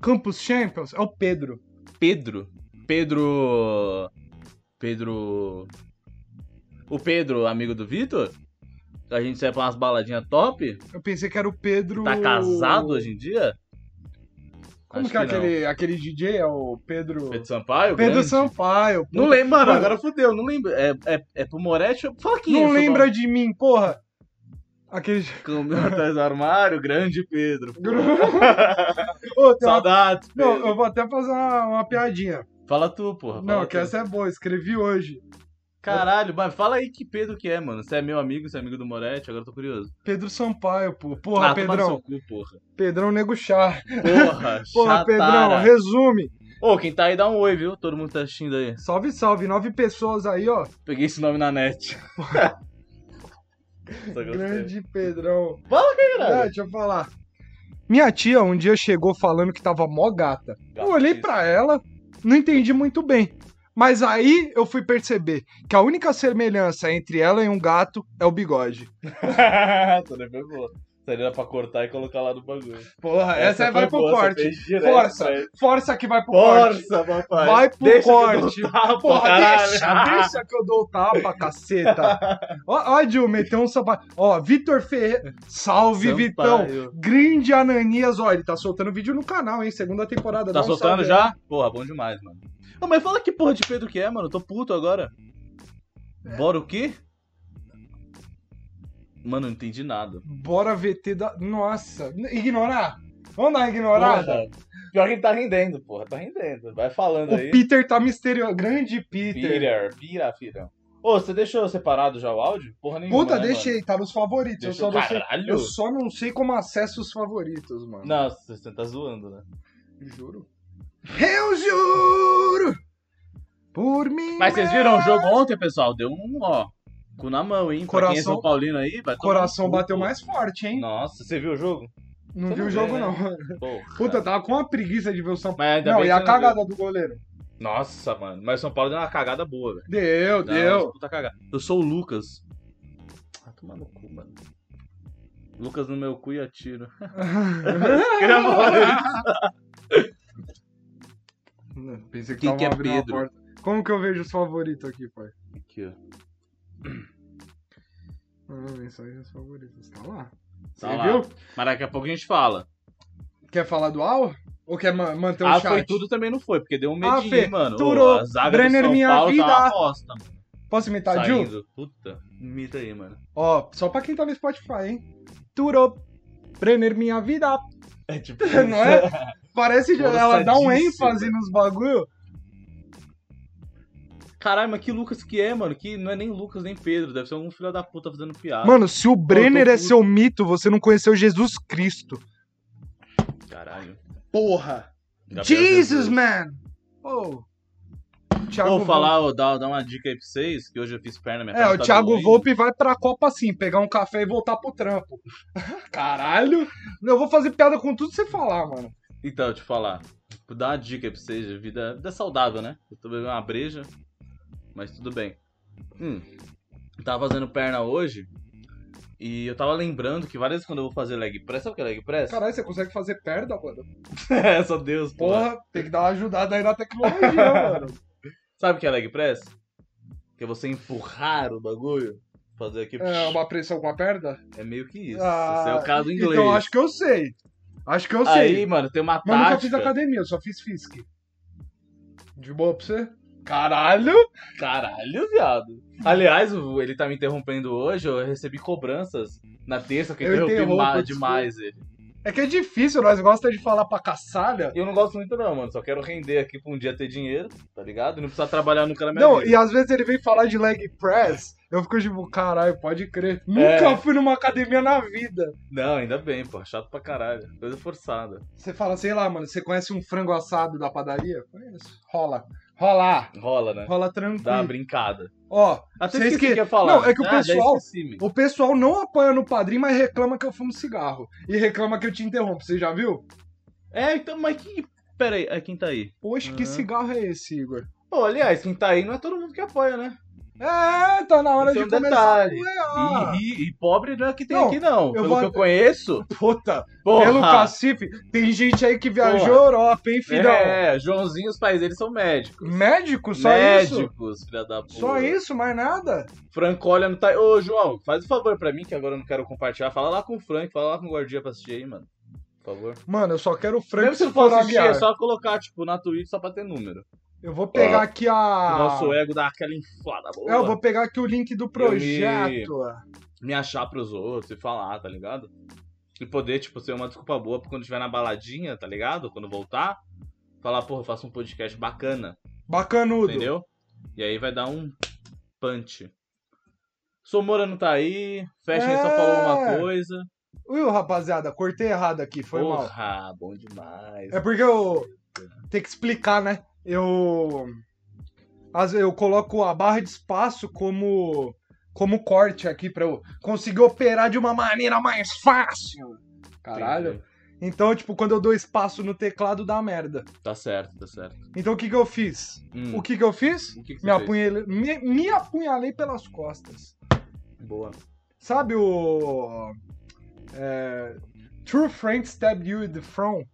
[SPEAKER 1] Campus Champions? É o Pedro.
[SPEAKER 2] Pedro. Pedro. Pedro. O Pedro, amigo do Vitor? A gente sai pra umas baladinhas top?
[SPEAKER 1] Eu pensei que era o Pedro.
[SPEAKER 2] Tá casado hoje em dia?
[SPEAKER 1] Como
[SPEAKER 2] Acho
[SPEAKER 1] que é
[SPEAKER 2] não.
[SPEAKER 1] aquele, aquele DJ? É o Pedro.
[SPEAKER 2] Pedro Sampaio?
[SPEAKER 1] Pedro
[SPEAKER 2] grande?
[SPEAKER 1] Sampaio.
[SPEAKER 2] Não
[SPEAKER 1] puta-
[SPEAKER 2] lembro, mano,
[SPEAKER 1] Mano.
[SPEAKER 2] agora fudeu, não lembro. É, é, é pro Moretti? Fala quem
[SPEAKER 1] Não
[SPEAKER 2] é,
[SPEAKER 1] lembra de mim, porra. Aquele. *laughs*
[SPEAKER 2] Câmbio atrás do armário, grande Pedro.
[SPEAKER 1] Ô, tem uma-
[SPEAKER 2] Saudades, Pedro.
[SPEAKER 1] Não, eu vou até fazer uma, uma piadinha.
[SPEAKER 2] Fala tu, porra. fala
[SPEAKER 1] Não,
[SPEAKER 2] tu.
[SPEAKER 1] que essa é boa, escrevi hoje.
[SPEAKER 2] Caralho, mas fala aí que Pedro que é, mano. Você é meu amigo, você é amigo do Moretti, agora eu tô curioso.
[SPEAKER 1] Pedro Sampaio, pô. Porra,
[SPEAKER 2] ah, toma no
[SPEAKER 1] Pedrão.
[SPEAKER 2] seu cu, porra.
[SPEAKER 1] Pedrão Nego Chá.
[SPEAKER 2] Porra,
[SPEAKER 1] Porra,
[SPEAKER 2] chatara.
[SPEAKER 1] Pedrão, resume.
[SPEAKER 2] Ô, quem tá aí dá um oi, viu? Todo mundo tá assistindo aí.
[SPEAKER 1] Salve, salve. Nove pessoas aí, ó.
[SPEAKER 2] Peguei esse nome na net.
[SPEAKER 1] *laughs*
[SPEAKER 2] Só gostei.
[SPEAKER 1] Grande Pedrão.
[SPEAKER 2] Fala,
[SPEAKER 1] Ah,
[SPEAKER 2] caralho.
[SPEAKER 1] deixa eu falar. Minha tia um dia chegou falando que tava mó gata. Eu olhei pra ela, não entendi muito bem. Mas aí eu fui perceber que a única semelhança entre ela e um gato é o bigode.
[SPEAKER 2] *laughs* Tô nem bem boa. Seria pra cortar e colocar lá no bagulho.
[SPEAKER 1] Porra, essa, aí
[SPEAKER 2] foi
[SPEAKER 1] vai pro
[SPEAKER 2] boa, você
[SPEAKER 1] corte.
[SPEAKER 2] fez direto,
[SPEAKER 1] Força,
[SPEAKER 2] velho.
[SPEAKER 1] força que vai pro corte.
[SPEAKER 2] Força, papai.
[SPEAKER 1] Vai pro
[SPEAKER 2] Deixa que eu dou
[SPEAKER 1] corte.
[SPEAKER 2] tapa,
[SPEAKER 1] Porra,
[SPEAKER 2] caralho. *laughs*
[SPEAKER 1] deixa, deixa que eu dou o tapa, caceta. Ó, ó, Gil, meteu um sapato. Ó, Vitor Ferreira. Salve,
[SPEAKER 2] Sampaio.
[SPEAKER 1] Vitão. Grande Ananias, ó, ele tá soltando vídeo no canal, hein? Segunda temporada.
[SPEAKER 2] Tá
[SPEAKER 1] dá um salve
[SPEAKER 2] soltando
[SPEAKER 1] aí.
[SPEAKER 2] já? Porra, bom demais, mano. Ô, mas fala que porra de Pedro que é, mano. Eu tô puto agora.
[SPEAKER 1] É.
[SPEAKER 2] Bora o quê? Mano, não entendi nada.
[SPEAKER 1] Bora VT da. Nossa, ignorar? Vamos dar uma ignorada?
[SPEAKER 2] Porra, Pior que ele tá rendendo, porra. Tá rendendo. Vai falando aí.
[SPEAKER 1] o Peter tá misterioso. Grande Peter.
[SPEAKER 2] Peter, pira, filhão. Ô, você deixou separado já o áudio? Porra nenhuma.
[SPEAKER 1] Puta,
[SPEAKER 2] né,
[SPEAKER 1] deixei, tá nos favoritos.
[SPEAKER 2] Mano?
[SPEAKER 1] Eu só,
[SPEAKER 2] Deixou,
[SPEAKER 1] não sei,
[SPEAKER 2] caralho.
[SPEAKER 1] eu só não sei como acesso os favoritos, mano.
[SPEAKER 2] Nossa, você tá zoando, né?
[SPEAKER 1] Juro. Eu juro! Por mim.
[SPEAKER 2] Mas vocês viram o jogo ontem, pessoal? Deu um, ó. Cu na mão, hein? Pra quem é
[SPEAKER 1] Coração-
[SPEAKER 2] São Paulino aí, vai
[SPEAKER 1] O
[SPEAKER 2] tomar no
[SPEAKER 1] coração
[SPEAKER 2] cu,
[SPEAKER 1] bateu
[SPEAKER 2] pô.
[SPEAKER 1] mais forte, hein?
[SPEAKER 2] Nossa, você viu o jogo?
[SPEAKER 1] Não,
[SPEAKER 2] Você
[SPEAKER 1] vi
[SPEAKER 2] não
[SPEAKER 1] o
[SPEAKER 2] vê,
[SPEAKER 1] jogo,
[SPEAKER 2] né?
[SPEAKER 1] não.
[SPEAKER 2] Porra.
[SPEAKER 1] Puta, tava com uma preguiça de ver o São Paulo.
[SPEAKER 2] Mas ainda
[SPEAKER 1] Não,
[SPEAKER 2] bem
[SPEAKER 1] e
[SPEAKER 2] que
[SPEAKER 1] a
[SPEAKER 2] você não
[SPEAKER 1] cagada do goleiro?
[SPEAKER 2] viu. Nossa, mano. Mas o São Paulo deu uma cagada boa, velho.
[SPEAKER 1] Deu,
[SPEAKER 2] Não,
[SPEAKER 1] deu.
[SPEAKER 2] puta cagada. Eu sou o Lucas. Ah, toma no cu, mano. Lucas no meu cu e *laughs* atiro. Queria falar isso.
[SPEAKER 1] Pensei que
[SPEAKER 2] Quem
[SPEAKER 1] tava
[SPEAKER 2] que é
[SPEAKER 1] abrindo uma
[SPEAKER 2] Pedro?
[SPEAKER 1] porta. Como que eu vejo os favoritos aqui, pai?
[SPEAKER 2] Aqui, ó.
[SPEAKER 1] Ah, mensagens favoritas. Tá lá.
[SPEAKER 2] Tá
[SPEAKER 1] Você
[SPEAKER 2] lá.
[SPEAKER 1] viu?
[SPEAKER 2] Mas daqui a pouco a gente fala.
[SPEAKER 1] Quer falar do Al? Ou quer ma- manter o
[SPEAKER 2] ah,
[SPEAKER 1] chat?
[SPEAKER 2] foi tudo também não foi, porque deu um
[SPEAKER 1] Ah,
[SPEAKER 2] medinho,
[SPEAKER 1] Fê,
[SPEAKER 2] mano.
[SPEAKER 1] turou.
[SPEAKER 2] Ô, a zaga
[SPEAKER 1] Brenner,
[SPEAKER 2] do São
[SPEAKER 1] minha
[SPEAKER 2] Paulo
[SPEAKER 1] vida.
[SPEAKER 2] tá uma bosta, mano.
[SPEAKER 1] Posso
[SPEAKER 2] Tá,
[SPEAKER 1] imitar a Ju?
[SPEAKER 2] Saindo. Puta, imita aí, mano.
[SPEAKER 1] Ó, só pra quem tá no Spotify, hein? Turo, Brenner minha vida. *laughs*
[SPEAKER 2] É tipo. *laughs*
[SPEAKER 1] Não é? Parece que ela dá um
[SPEAKER 2] Forçadíssimo,
[SPEAKER 1] ênfase nos bagulho.
[SPEAKER 2] Caralho, mas que Lucas que é, mano? Que não é nem Lucas nem Pedro, deve ser algum filho da puta fazendo piada.
[SPEAKER 1] Mano, se o Brenner
[SPEAKER 2] Tá. tô
[SPEAKER 1] é
[SPEAKER 2] puto.
[SPEAKER 1] seu mito, você não conheceu Jesus Cristo.
[SPEAKER 2] Caralho.
[SPEAKER 1] Porra!
[SPEAKER 2] Gabriel
[SPEAKER 1] Jesus, man! Pô. Thiago
[SPEAKER 2] Vou
[SPEAKER 1] Vol-
[SPEAKER 2] falar, ó, dar, dar uma dica aí pra vocês, que hoje eu fiz perna, minha
[SPEAKER 1] É,
[SPEAKER 2] perna
[SPEAKER 1] o
[SPEAKER 2] tá
[SPEAKER 1] Thiago
[SPEAKER 2] doendo.
[SPEAKER 1] Volpe vai pra Copa assim, pegar um café e voltar pro trampo. *laughs* Caralho! Eu vou fazer piada com tudo que você falar, mano.
[SPEAKER 2] Então, deixa eu falar. Vou dar uma dica aí pra vocês de vida, vida saudável, né? Eu tô bebendo uma breja, mas tudo bem. Hum, tava fazendo perna hoje e eu tava lembrando que várias vezes quando eu vou fazer leg press, sabe o que é leg press?
[SPEAKER 1] Caralho, você consegue fazer perda, mano?
[SPEAKER 2] *laughs* é, só Deus, porra.
[SPEAKER 1] Porra, tem que dar uma ajudada aí na
[SPEAKER 2] *laughs*
[SPEAKER 1] tecnologia, mano.
[SPEAKER 2] Sabe o que é leg press? Que é você empurrar o bagulho, fazer aqui...
[SPEAKER 1] É uma pressão com a perda?
[SPEAKER 2] É meio que isso.
[SPEAKER 1] Ah,
[SPEAKER 2] Esse é o caso inglês.
[SPEAKER 1] Então acho que eu sei. Acho que eu
[SPEAKER 2] Aí,
[SPEAKER 1] sei.
[SPEAKER 2] mano, tem uma
[SPEAKER 1] Mas nunca
[SPEAKER 2] tática.
[SPEAKER 1] fiz academia, eu só fiz FISC. De boa pra você? Caralho!
[SPEAKER 2] Caralho, viado. Aliás, o- ele tá me interrompendo hoje, eu recebi cobranças na terça, que eu
[SPEAKER 1] Eu
[SPEAKER 2] interrompi
[SPEAKER 1] interrompo,
[SPEAKER 2] ma-
[SPEAKER 1] desculpa.
[SPEAKER 2] demais ele.
[SPEAKER 1] É que é difícil, nós gostamos de falar pra caçalha.
[SPEAKER 2] Eu não gosto muito não, mano, só quero render aqui pra um dia ter dinheiro, tá ligado? E não precisar trabalhar nunca na minha
[SPEAKER 1] Não,
[SPEAKER 2] vida.
[SPEAKER 1] e às vezes ele vem falar de leg press, eu fico tipo, caralho, pode
[SPEAKER 2] É.
[SPEAKER 1] crer. Nunca fui numa academia na vida.
[SPEAKER 2] Não, ainda bem, pô, chato pra caralho, coisa forçada.
[SPEAKER 1] Você fala, sei lá, mano, você conhece um frango assado da padaria? Conheço. Rola. Rola.
[SPEAKER 2] Rola, né?
[SPEAKER 1] Rola
[SPEAKER 2] Dá uma
[SPEAKER 1] tranquilo.
[SPEAKER 2] brincada.
[SPEAKER 1] Ó,
[SPEAKER 2] Até
[SPEAKER 1] Hum. Vocês
[SPEAKER 2] esqueci o
[SPEAKER 1] que-
[SPEAKER 2] que eu ia falar.
[SPEAKER 1] Não, é que o
[SPEAKER 2] já
[SPEAKER 1] pessoal-
[SPEAKER 2] esqueci, me.
[SPEAKER 1] O pessoal não apanha no padrinho, mas reclama que eu fumo cigarro. E reclama que eu te interrompo, você já viu?
[SPEAKER 2] É, então, mas que... Pera aí, é quem tá aí?
[SPEAKER 1] Poxa, que
[SPEAKER 2] Uhum.
[SPEAKER 1] cigarro é esse, Igor?
[SPEAKER 2] Pô, aliás, quem tá aí não é todo mundo que apoia, né?
[SPEAKER 1] É, tá na hora
[SPEAKER 2] Esse é
[SPEAKER 1] de
[SPEAKER 2] um
[SPEAKER 1] começar.
[SPEAKER 2] detalhe.
[SPEAKER 1] a apoiar.
[SPEAKER 2] E, e- e pobre não é que tem
[SPEAKER 1] Ah. Não,
[SPEAKER 2] aqui, não. Pelo
[SPEAKER 1] vou-
[SPEAKER 2] que eu conheço,
[SPEAKER 1] Puta,
[SPEAKER 2] porra.
[SPEAKER 1] pelo cacife, tem gente aí que viajou
[SPEAKER 2] Porra.
[SPEAKER 1] Europa, hein, filhão?
[SPEAKER 2] É, Joãozinho, os pais deles são médicos.
[SPEAKER 1] Médico, só isso?
[SPEAKER 2] médicos, filha da puta.
[SPEAKER 1] Só isso, mais nada?
[SPEAKER 2] Franco olha no tá. Ô, João, faz um favor pra mim, que agora eu não quero compartilhar. Fala lá com o Frank, fala lá com o Guardinha pra assistir aí, mano. Por favor.
[SPEAKER 1] Mano, eu só quero o Frank
[SPEAKER 2] Mesmo se
[SPEAKER 1] se
[SPEAKER 2] não for
[SPEAKER 1] for
[SPEAKER 2] assistir,
[SPEAKER 1] aguiar.
[SPEAKER 2] é só colocar, tipo, na Twitch só pra ter número.
[SPEAKER 1] Eu vou pegar aqui a...
[SPEAKER 2] O nosso ego dá aquela inflada boa.
[SPEAKER 1] É, Ah. eu vou pegar aqui o link do projeto.
[SPEAKER 2] Me achar pros outros e falar, tá ligado? E poder, tipo, ser uma desculpa boa pra quando tiver na baladinha, tá ligado? Quando voltar, falar, porra, eu faço um podcast bacana.
[SPEAKER 1] Bacanudo.
[SPEAKER 2] Entendeu? E aí vai dar um punch. Somora não tá aí, Fashion só
[SPEAKER 1] É.
[SPEAKER 2] falou uma coisa.
[SPEAKER 1] Viu, rapaziada? Cortei errado aqui, foi mal.
[SPEAKER 2] Porra, bom demais.
[SPEAKER 1] É porque eu. Tem que explicar, né? Eu. Às vezes eu coloco a barra de espaço como. Como corte aqui pra eu conseguir operar de uma maneira mais fácil. Caralho.
[SPEAKER 2] Entendi.
[SPEAKER 1] Então, tipo, quando eu dou espaço no teclado, dá merda.
[SPEAKER 2] Tá certo, tá certo.
[SPEAKER 1] Então, o que que eu fiz?
[SPEAKER 2] Hum,
[SPEAKER 1] O que que eu fiz?
[SPEAKER 2] o que, que
[SPEAKER 1] Me
[SPEAKER 2] você fez?
[SPEAKER 1] apunhalei, me, me apunhalei pelas costas.
[SPEAKER 2] Boa.
[SPEAKER 1] Sabe o. é, True Friend Stabbed You in the Front?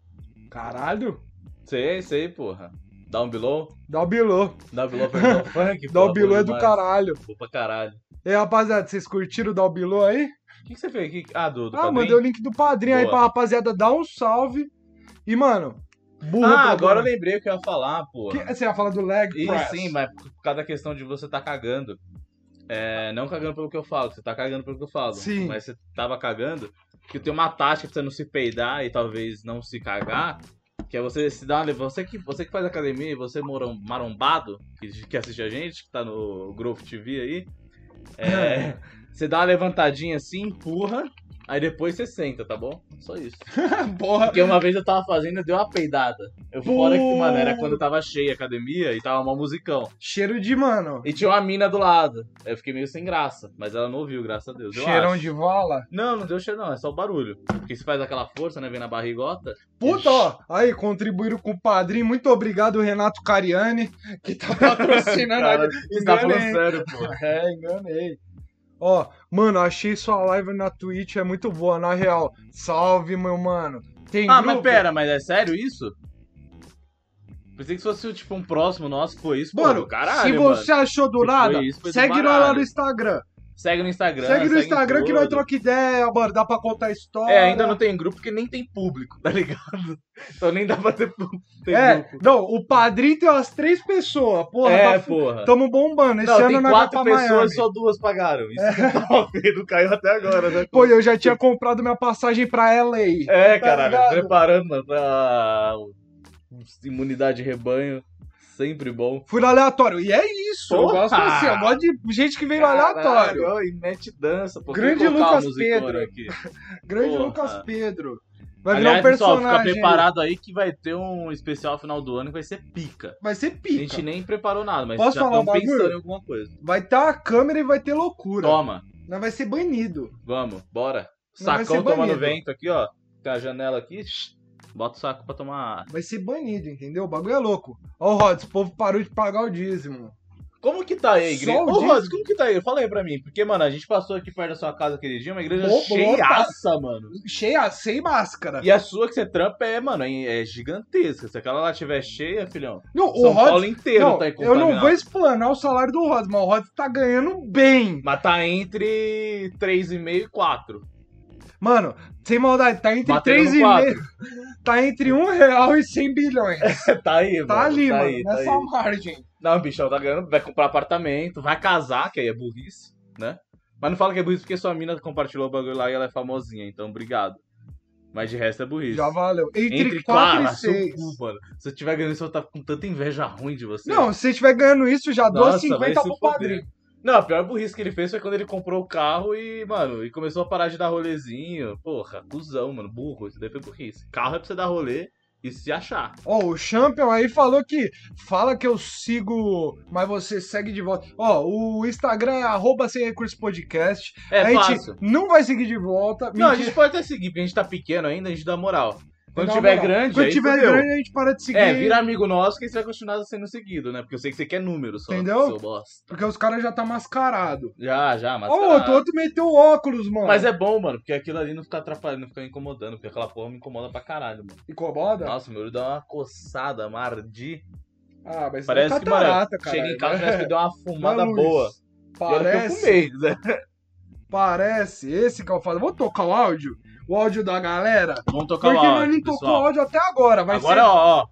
[SPEAKER 1] Caralho.
[SPEAKER 2] Sei, sei, porra. Down below?
[SPEAKER 1] Dá o bilô.
[SPEAKER 2] Down below
[SPEAKER 1] *laughs*
[SPEAKER 2] foi o um funk,
[SPEAKER 1] Dá o
[SPEAKER 2] porra,
[SPEAKER 1] bilô
[SPEAKER 2] bom
[SPEAKER 1] é do
[SPEAKER 2] demais.
[SPEAKER 1] caralho.
[SPEAKER 2] Bom pra caralho.
[SPEAKER 1] E aí, rapaziada, vocês curtiram o Dalbilô aí?
[SPEAKER 2] O que, que você fez aqui? Ah, do, do
[SPEAKER 1] ah,
[SPEAKER 2] padrinho?
[SPEAKER 1] mandei o link do padrinho aí
[SPEAKER 2] Boa.
[SPEAKER 1] pra rapaziada dar um salve. E, mano, burro.
[SPEAKER 2] Ah,
[SPEAKER 1] pelo
[SPEAKER 2] agora eu
[SPEAKER 1] menos.
[SPEAKER 2] lembrei o que eu ia falar, porra.
[SPEAKER 1] Que- Você ia falar do leg
[SPEAKER 2] E
[SPEAKER 1] press.
[SPEAKER 2] sim, mas por causa da questão de você tá cagando. É, não cagando pelo que eu falo, você tá cagando pelo que eu falo.
[SPEAKER 1] Sim.
[SPEAKER 2] Mas você tava cagando, que tem uma tática pra você não se peidar e talvez não se cagar, que é você se dar uma. Você que, você que faz academia e você moram- marombado, que, que assiste a gente, que tá
[SPEAKER 1] *laughs*
[SPEAKER 2] no Growth TV aí. é, você dá uma levantadinha assim, empurra, Aí depois você senta, tá bom? Só isso.
[SPEAKER 1] Porra.
[SPEAKER 2] Porque uma vez eu tava fazendo, deu uma peidada. Eu fora que, mano, era quando tava cheia a academia e tava mal musicão.
[SPEAKER 1] Cheiro de, mano.
[SPEAKER 2] E tinha uma mina do lado. Aí Eu fiquei meio sem graça, mas ela não ouviu, graças a Deus. Eu
[SPEAKER 1] Cheirão
[SPEAKER 2] acho.
[SPEAKER 1] de vala.
[SPEAKER 2] Não, não deu cheiro não, é só o barulho. Porque se faz aquela força, né, vem na barrigota.
[SPEAKER 1] Puta, ó. Aí, contribuíram com o padrinho. Muito obrigado, Renato Cariani, que
[SPEAKER 2] *laughs*
[SPEAKER 1] tá patrocinando a
[SPEAKER 2] Cara, você tá falando
[SPEAKER 1] Enganei.
[SPEAKER 2] sério, pô.
[SPEAKER 1] É, enganei. Ó, mano, achei sua live na Twitch, é muito boa, na real. Salve, meu mano. Tem
[SPEAKER 2] Ah,
[SPEAKER 1] grupo?
[SPEAKER 2] mas pera, mas é sério isso? Pensei que fosse, tipo, um próximo nosso, foi isso? Pô,
[SPEAKER 1] Mano,
[SPEAKER 2] do caralho,
[SPEAKER 1] se você achou do
[SPEAKER 2] Se
[SPEAKER 1] nada,
[SPEAKER 2] foi isso, foi do
[SPEAKER 1] segue nós
[SPEAKER 2] baralho.
[SPEAKER 1] lá no Instagram.
[SPEAKER 2] mano. Segue no Instagram.
[SPEAKER 1] segue no
[SPEAKER 2] em
[SPEAKER 1] Instagram que
[SPEAKER 2] tudo.
[SPEAKER 1] nós troca ideia, mano. Dá pra contar história.
[SPEAKER 2] É, ainda não tem grupo porque nem tem público, *laughs* tá ligado? Então nem dá pra ter, pu- ter
[SPEAKER 1] É,
[SPEAKER 2] grupo.
[SPEAKER 1] não, o padrinho tem umas três pessoas, porra.
[SPEAKER 2] é,
[SPEAKER 1] tá,
[SPEAKER 2] porra.
[SPEAKER 1] Tamo bombando. Esse
[SPEAKER 2] não,
[SPEAKER 1] ano
[SPEAKER 2] tem
[SPEAKER 1] nós vai pra
[SPEAKER 2] quatro pessoas,
[SPEAKER 1] Miami. É.
[SPEAKER 2] só duas pagaram. Isso que tá *laughs* ouvindo, caiu até agora, né?
[SPEAKER 1] Pô, eu já tinha comprado minha passagem pra LA.
[SPEAKER 2] *laughs* É,
[SPEAKER 1] Tá
[SPEAKER 2] caralho,
[SPEAKER 1] ligado?
[SPEAKER 2] preparando mano, pra um imunidade de rebanho, sempre bom.
[SPEAKER 1] Fui no aleatório. E é isso. Eu
[SPEAKER 2] Porra!
[SPEAKER 1] gosto assim, eu gosto de gente que vem no aleatório.
[SPEAKER 2] Caralho, E mete dança, pô.
[SPEAKER 1] Grande
[SPEAKER 2] Tem que colocar
[SPEAKER 1] Lucas
[SPEAKER 2] um musicônio
[SPEAKER 1] Pedro.
[SPEAKER 2] aqui.
[SPEAKER 1] Grande
[SPEAKER 2] Porra.
[SPEAKER 1] Lucas Pedro. Vai virar um
[SPEAKER 2] Aliás, pessoal,
[SPEAKER 1] personagem.
[SPEAKER 2] fica
[SPEAKER 1] aí.
[SPEAKER 2] preparado aí que vai ter um especial final do ano que vai ser pica.
[SPEAKER 1] Vai ser
[SPEAKER 2] A
[SPEAKER 1] pica.
[SPEAKER 2] gente nem preparou nada, mas
[SPEAKER 1] Posso
[SPEAKER 2] já
[SPEAKER 1] falar um
[SPEAKER 2] estamos pensando
[SPEAKER 1] bagulho?
[SPEAKER 2] em alguma coisa.
[SPEAKER 1] Vai ter uma câmera e vai ter loucura.
[SPEAKER 2] Toma,
[SPEAKER 1] Nós vai ser banido.
[SPEAKER 2] vamos, bora.
[SPEAKER 1] Não vai
[SPEAKER 2] Sacão
[SPEAKER 1] ser
[SPEAKER 2] tomando
[SPEAKER 1] banido.
[SPEAKER 2] vento aqui, ó. Tem a janela aqui. shh, Bota o saco pra tomar ar.
[SPEAKER 1] Vai ser banido, entendeu? O bagulho é louco. Ó, Rods, o povo parou de pagar o dízimo.
[SPEAKER 2] Como que tá aí a igreja?
[SPEAKER 1] Só o
[SPEAKER 2] Ô,
[SPEAKER 1] dia-
[SPEAKER 2] Rose, como que tá aí? Fala aí pra mim. Porque, mano, a gente passou aqui perto da sua casa aquele dia, uma igreja
[SPEAKER 1] Pô,
[SPEAKER 2] cheiaça, mano.
[SPEAKER 1] Cheia, sem máscara.
[SPEAKER 2] E a sua que você trampa é, mano, é é gigantesca. Se aquela lá tiver cheia, filhão,
[SPEAKER 1] Não,
[SPEAKER 2] São
[SPEAKER 1] o Rods.
[SPEAKER 2] Paulo inteiro
[SPEAKER 1] não,
[SPEAKER 2] tá aí
[SPEAKER 1] eu não
[SPEAKER 2] contaminado.
[SPEAKER 1] vou explanar o salário do Rods, mas o Rods tá ganhando bem.
[SPEAKER 2] Mas tá entre 3,5 e 4.
[SPEAKER 1] Mano, sem maldade, tá entre
[SPEAKER 2] Batendo
[SPEAKER 1] 3
[SPEAKER 2] no
[SPEAKER 1] e
[SPEAKER 2] quatro.
[SPEAKER 1] meio. Tá entre 1 real e 100 bilhões.
[SPEAKER 2] Tá aí, mano.
[SPEAKER 1] Tá ali, mano,
[SPEAKER 2] aí, tá
[SPEAKER 1] nessa
[SPEAKER 2] aí.
[SPEAKER 1] margem.
[SPEAKER 2] Não, bichão, tá ganhando. Vai comprar apartamento, vai casar, que aí é burrice, né? Mas não fala que é burrice porque sua mina compartilhou o bagulho lá e ela é famosinha, então obrigado. Mas de resto é burrice.
[SPEAKER 1] Já valeu. Entre, 4
[SPEAKER 2] Entre quatro
[SPEAKER 1] e 6.
[SPEAKER 2] mano. Se eu tiver ganhando isso, eu tá com tanta inveja ruim de você.
[SPEAKER 1] Não, se você estiver ganhando isso, já dou
[SPEAKER 2] Nossa,
[SPEAKER 1] 50
[SPEAKER 2] vai se
[SPEAKER 1] pro
[SPEAKER 2] fuder.
[SPEAKER 1] padrinho.
[SPEAKER 2] Não, a pior burrice que ele fez foi quando ele comprou o carro e, mano, e começou a parar de dar rolezinho. Porra, cuzão, mano, burro. Isso daí foi burrice. Carro é pra você dar rolê e se achar.
[SPEAKER 1] Ó, o Champion aí falou que fala que eu sigo, mas você segue de volta. Ó, o Instagram é arroba sem recurso podcast.
[SPEAKER 2] É
[SPEAKER 1] a gente
[SPEAKER 2] fácil.
[SPEAKER 1] não vai seguir de volta.
[SPEAKER 2] Não, a
[SPEAKER 1] Mentira.
[SPEAKER 2] gente pode até seguir, porque a gente tá pequeno ainda, a gente dá moral. Quando
[SPEAKER 1] Não,
[SPEAKER 2] tiver
[SPEAKER 1] não.
[SPEAKER 2] grande,
[SPEAKER 1] Quando
[SPEAKER 2] aí
[SPEAKER 1] tiver
[SPEAKER 2] fudeu.
[SPEAKER 1] grande, a gente para de seguir.
[SPEAKER 2] É, vira amigo nosso que você vai continuar sendo seguido, né? Porque eu sei que você quer número só.
[SPEAKER 1] Entendeu?
[SPEAKER 2] Seu bosta.
[SPEAKER 1] Porque os caras já tá mascarado.
[SPEAKER 2] Já, já, mas.
[SPEAKER 1] Ó, o outro, o outro meteu o óculos, mano.
[SPEAKER 2] Mas é bom, mano, porque aquilo ali não fica atrapalhando, não fica incomodando, porque aquela porra me incomoda pra caralho, mano.
[SPEAKER 1] Incomoda?
[SPEAKER 2] Nossa, meu olho dá uma coçada, uma ardi.
[SPEAKER 1] Ah, mas isso é
[SPEAKER 2] Parece que, mano,
[SPEAKER 1] catarata, cara.
[SPEAKER 2] cheguei em casa parece que deu uma fumada
[SPEAKER 1] Uma luz.
[SPEAKER 2] boa. E olha que eu
[SPEAKER 1] Parece,
[SPEAKER 2] fumei, né?
[SPEAKER 1] parece. Esse que eu falo. Vamos tocar o áudio? O áudio da galera?
[SPEAKER 2] Vamos tocar
[SPEAKER 1] Porque
[SPEAKER 2] lá,
[SPEAKER 1] nós não tocou o
[SPEAKER 2] pessoal.
[SPEAKER 1] áudio até agora. Vai
[SPEAKER 2] Agora, é
[SPEAKER 1] ser...
[SPEAKER 2] ó, ó.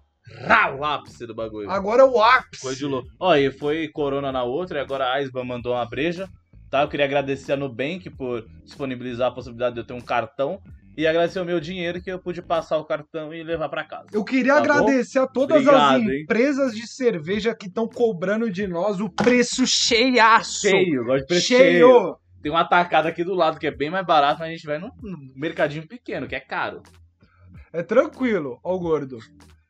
[SPEAKER 2] Rá, o ápice do bagulho.
[SPEAKER 1] Agora é o ápice.
[SPEAKER 2] Coisa de louco. Ó, e foi Corona na outra, e agora a Aisba mandou uma breja. Tá? Eu queria agradecer a Nubank por disponibilizar a possibilidade de eu ter um cartão. E agradecer o meu dinheiro que eu pude passar o cartão e levar pra casa.
[SPEAKER 1] Eu queria
[SPEAKER 2] Tá
[SPEAKER 1] agradecer a todas as
[SPEAKER 2] Obrigado, hein?
[SPEAKER 1] empresas de cerveja que estão cobrando de nós o preço cheiaço.
[SPEAKER 2] Cheio, gosto de É preço cheio.
[SPEAKER 1] Cheio.
[SPEAKER 2] Tem um atacado aqui do lado que é bem mais barato, mas a gente vai num num mercadinho pequeno, que é caro.
[SPEAKER 1] É tranquilo, ó o gordo.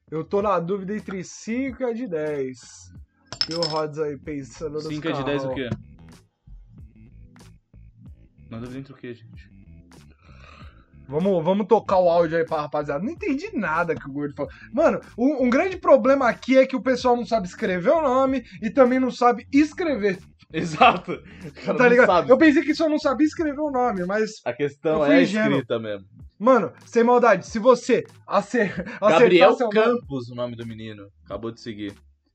[SPEAKER 1] Eu tô na dúvida entre 5 e de 10. E o Rods aí pensando nos
[SPEAKER 2] 5 é de 10 o
[SPEAKER 1] carros.
[SPEAKER 2] quê? Não dúvida entre o quê, gente? *laughs*
[SPEAKER 1] Vamos, vamos tocar o áudio aí pra rapaziada. Não entendi nada que o gordo falou. Mano, um, um grande problema aqui é que o pessoal não sabe escrever o nome e também não sabe escrever.
[SPEAKER 2] Exato. O cara
[SPEAKER 1] Tá
[SPEAKER 2] não
[SPEAKER 1] ligado?
[SPEAKER 2] sabe.
[SPEAKER 1] Eu pensei que só não sabia escrever o nome, mas
[SPEAKER 2] A
[SPEAKER 1] eu
[SPEAKER 2] questão
[SPEAKER 1] fui
[SPEAKER 2] é a
[SPEAKER 1] ingênuo.
[SPEAKER 2] escrita mesmo.
[SPEAKER 1] Mano, sem maldade, se você acer... *laughs*
[SPEAKER 2] Gabriel
[SPEAKER 1] seu nome-
[SPEAKER 2] Campos, o nome do menino. Acabou de seguir.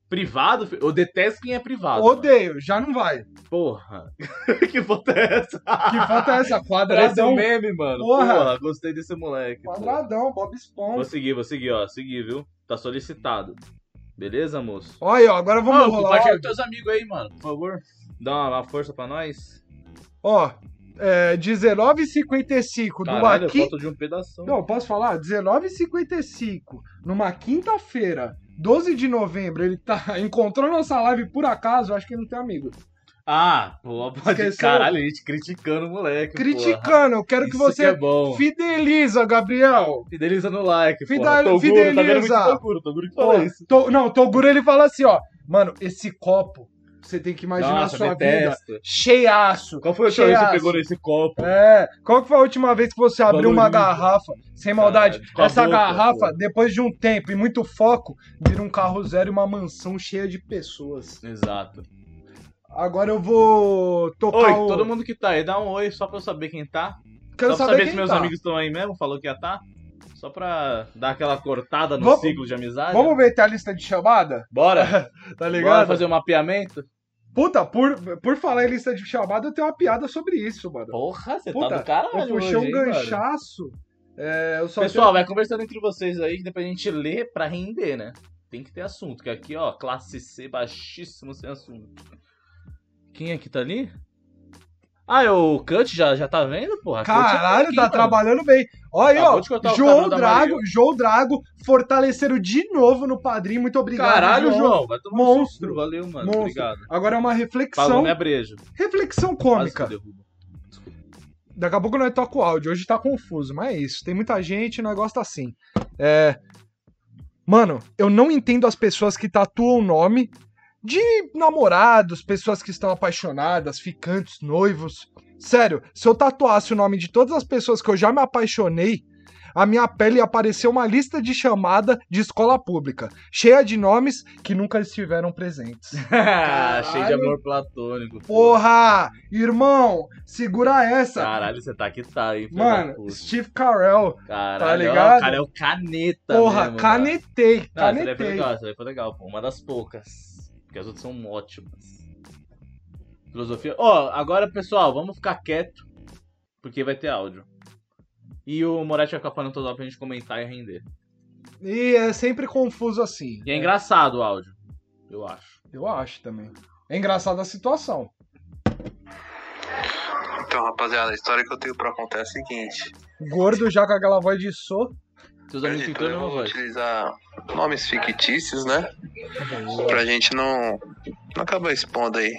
[SPEAKER 2] Privado? fi- Eu detesto quem é privado. mano.
[SPEAKER 1] Odeio, já não vai.
[SPEAKER 2] Porra. *laughs* que foto é essa?
[SPEAKER 1] Que falta é essa?
[SPEAKER 2] Parece um
[SPEAKER 1] Quadradão.
[SPEAKER 2] meme, mano.
[SPEAKER 1] Porra.
[SPEAKER 2] Porra. gostei desse moleque. pô.
[SPEAKER 1] Quadradão, Bob
[SPEAKER 2] Vou
[SPEAKER 1] Esponja.
[SPEAKER 2] seguir, vou seguir, ó. Seguir, viu? Tá solicitado. Beleza, moço?
[SPEAKER 1] Olha aí, ó, agora vamos
[SPEAKER 2] Ô,
[SPEAKER 1] rolar.
[SPEAKER 2] compartilha com teus amigos aí, mano. Por favor. Dá uma, uma força pra nós.
[SPEAKER 1] Ó, é, 19h55,
[SPEAKER 2] Caralho,
[SPEAKER 1] numa quinta...
[SPEAKER 2] foto de um pedaço.
[SPEAKER 1] Não, posso falar? 19h55, numa *laughs* quinta-feira, 12 de novembro, ele tá... encontrou nossa live por acaso, acho que ele não tem amigo.
[SPEAKER 2] Ah, pô, pode
[SPEAKER 1] Esqueceu?
[SPEAKER 2] caralho, a gente criticando o moleque. porra.
[SPEAKER 1] Criticando, eu quero que
[SPEAKER 2] Isso
[SPEAKER 1] você
[SPEAKER 2] é bom.
[SPEAKER 1] fideliza, Gabriel.
[SPEAKER 2] Fideliza no like,
[SPEAKER 1] Fidel-
[SPEAKER 2] porra. Toguro, tá vendo muito
[SPEAKER 1] fideliza.
[SPEAKER 2] Toguro, Toguro que fala
[SPEAKER 1] Ó,
[SPEAKER 2] isso.
[SPEAKER 1] To- não, Toguro ele fala assim, ó. Mano, esse copo, você tem que imaginar a sua vida
[SPEAKER 2] detesto.
[SPEAKER 1] cheiaço.
[SPEAKER 2] Qual foi a última vez que você
[SPEAKER 1] Cheiaço.
[SPEAKER 2] pegou nesse copo?
[SPEAKER 1] É, qual que foi a última vez que você abriu uma
[SPEAKER 2] Valoriza.
[SPEAKER 1] garrafa? Sem maldade,
[SPEAKER 2] Caralho, com a
[SPEAKER 1] essa
[SPEAKER 2] boca,
[SPEAKER 1] garrafa,
[SPEAKER 2] pô.
[SPEAKER 1] depois de um tempo e muito foco, vira um carro zero e uma mansão cheia de pessoas.
[SPEAKER 2] Exato.
[SPEAKER 1] Agora eu vou tocar
[SPEAKER 2] Oi,
[SPEAKER 1] o...
[SPEAKER 2] todo mundo que tá aí, dá um oi só pra eu saber quem tá.
[SPEAKER 1] Quero
[SPEAKER 2] só pra
[SPEAKER 1] saber,
[SPEAKER 2] saber
[SPEAKER 1] quem
[SPEAKER 2] se meus
[SPEAKER 1] tá.
[SPEAKER 2] amigos estão aí mesmo, falou que ia tá. Só pra dar aquela cortada no
[SPEAKER 1] Vamos-
[SPEAKER 2] ciclo de amizade.
[SPEAKER 1] Vamos ver até a lista de chamada?
[SPEAKER 2] Bora?
[SPEAKER 1] *laughs* Tá
[SPEAKER 2] Bora
[SPEAKER 1] ligado?
[SPEAKER 2] fazer um mapeamento?
[SPEAKER 1] Puta, por, por falar em lista de chamada, eu tenho uma piada sobre isso, mano.
[SPEAKER 2] Porra, você
[SPEAKER 1] Puta,
[SPEAKER 2] tá do caralho
[SPEAKER 1] Eu puxei
[SPEAKER 2] hoje,
[SPEAKER 1] um
[SPEAKER 2] hein, mano?
[SPEAKER 1] ganchaço. É, eu só
[SPEAKER 2] Pessoal, vai conversando entre vocês aí, que depois a gente lê pra render, né? Tem que ter assunto, que aqui, ó, classe C baixíssimo sem assunto. Quem aqui tá ali? Ah, é o Cut já, já tá vendo, porra? Cut já tá
[SPEAKER 1] Caralho,
[SPEAKER 2] aqui,
[SPEAKER 1] tá
[SPEAKER 2] mano. Tá,
[SPEAKER 1] trabalhando bem. Olha aí,
[SPEAKER 2] Acabou
[SPEAKER 1] ó.
[SPEAKER 2] de cortar o
[SPEAKER 1] João
[SPEAKER 2] cabelo da
[SPEAKER 1] Drago,
[SPEAKER 2] Maria.
[SPEAKER 1] João Drago fortaleceram de novo no padrinho. Muito obrigado.
[SPEAKER 2] Caralho, João. Vai tomar no
[SPEAKER 1] Monstro.
[SPEAKER 2] seu cu, Valeu, mano.
[SPEAKER 1] Monstro.
[SPEAKER 2] Obrigado.
[SPEAKER 1] Agora é uma
[SPEAKER 2] Falou
[SPEAKER 1] reflexão.
[SPEAKER 2] minha breja.
[SPEAKER 1] Reflexão
[SPEAKER 2] Quase que
[SPEAKER 1] cômica.
[SPEAKER 2] derruba. *laughs*
[SPEAKER 1] Daqui a pouco nós toca o áudio. Hoje tá confuso, mas é isso. Tem muita gente e nós gosta assim. É. Mano, eu não entendo as pessoas que tatuam o nome de namorados, pessoas que estão apaixonadas, ficantes, noivos. Sério, se eu tatuasse o nome de todas as pessoas que eu já me apaixonei, a minha pele ia aparecer uma lista de chamada de escola pública, cheia de nomes que nunca estiveram
[SPEAKER 2] *laughs*
[SPEAKER 1] presentes.
[SPEAKER 2] Cheio de amor platônico.
[SPEAKER 1] Porra! Irmão, segura essa!
[SPEAKER 2] Caralho, você tá que tá, hein? filho da
[SPEAKER 1] Mano,
[SPEAKER 2] puta.
[SPEAKER 1] Steve Carell,
[SPEAKER 2] Caralho,
[SPEAKER 1] tá ligado?
[SPEAKER 2] O cara é o caneta,
[SPEAKER 1] Porra,
[SPEAKER 2] mesmo, cara.
[SPEAKER 1] canetei,
[SPEAKER 2] Ah, essa daí foi
[SPEAKER 1] canetei.
[SPEAKER 2] legal, essa daí foi legal, pô. Uma das poucas. Porque as outras são ótimas. Filosofia. Ó, agora, pessoal, vamos ficar quieto. Porque vai ter áudio. E o Moretti vai ficar falando toda hora pra gente comentar e render.
[SPEAKER 1] E é sempre confuso assim.
[SPEAKER 2] E é engraçado o áudio, eu acho.
[SPEAKER 1] Eu acho também. É engraçada a situação.
[SPEAKER 3] Então, rapaziada, a história que eu tenho pra contar é a seguinte.
[SPEAKER 1] Gordo já com aquela voz de so.
[SPEAKER 2] Seus amigos
[SPEAKER 3] Acredito,
[SPEAKER 2] ficando
[SPEAKER 3] eu
[SPEAKER 2] não
[SPEAKER 3] vou
[SPEAKER 2] voz.
[SPEAKER 3] utilizar nomes fictícios, né? Pra gente não, não acabar expondo aí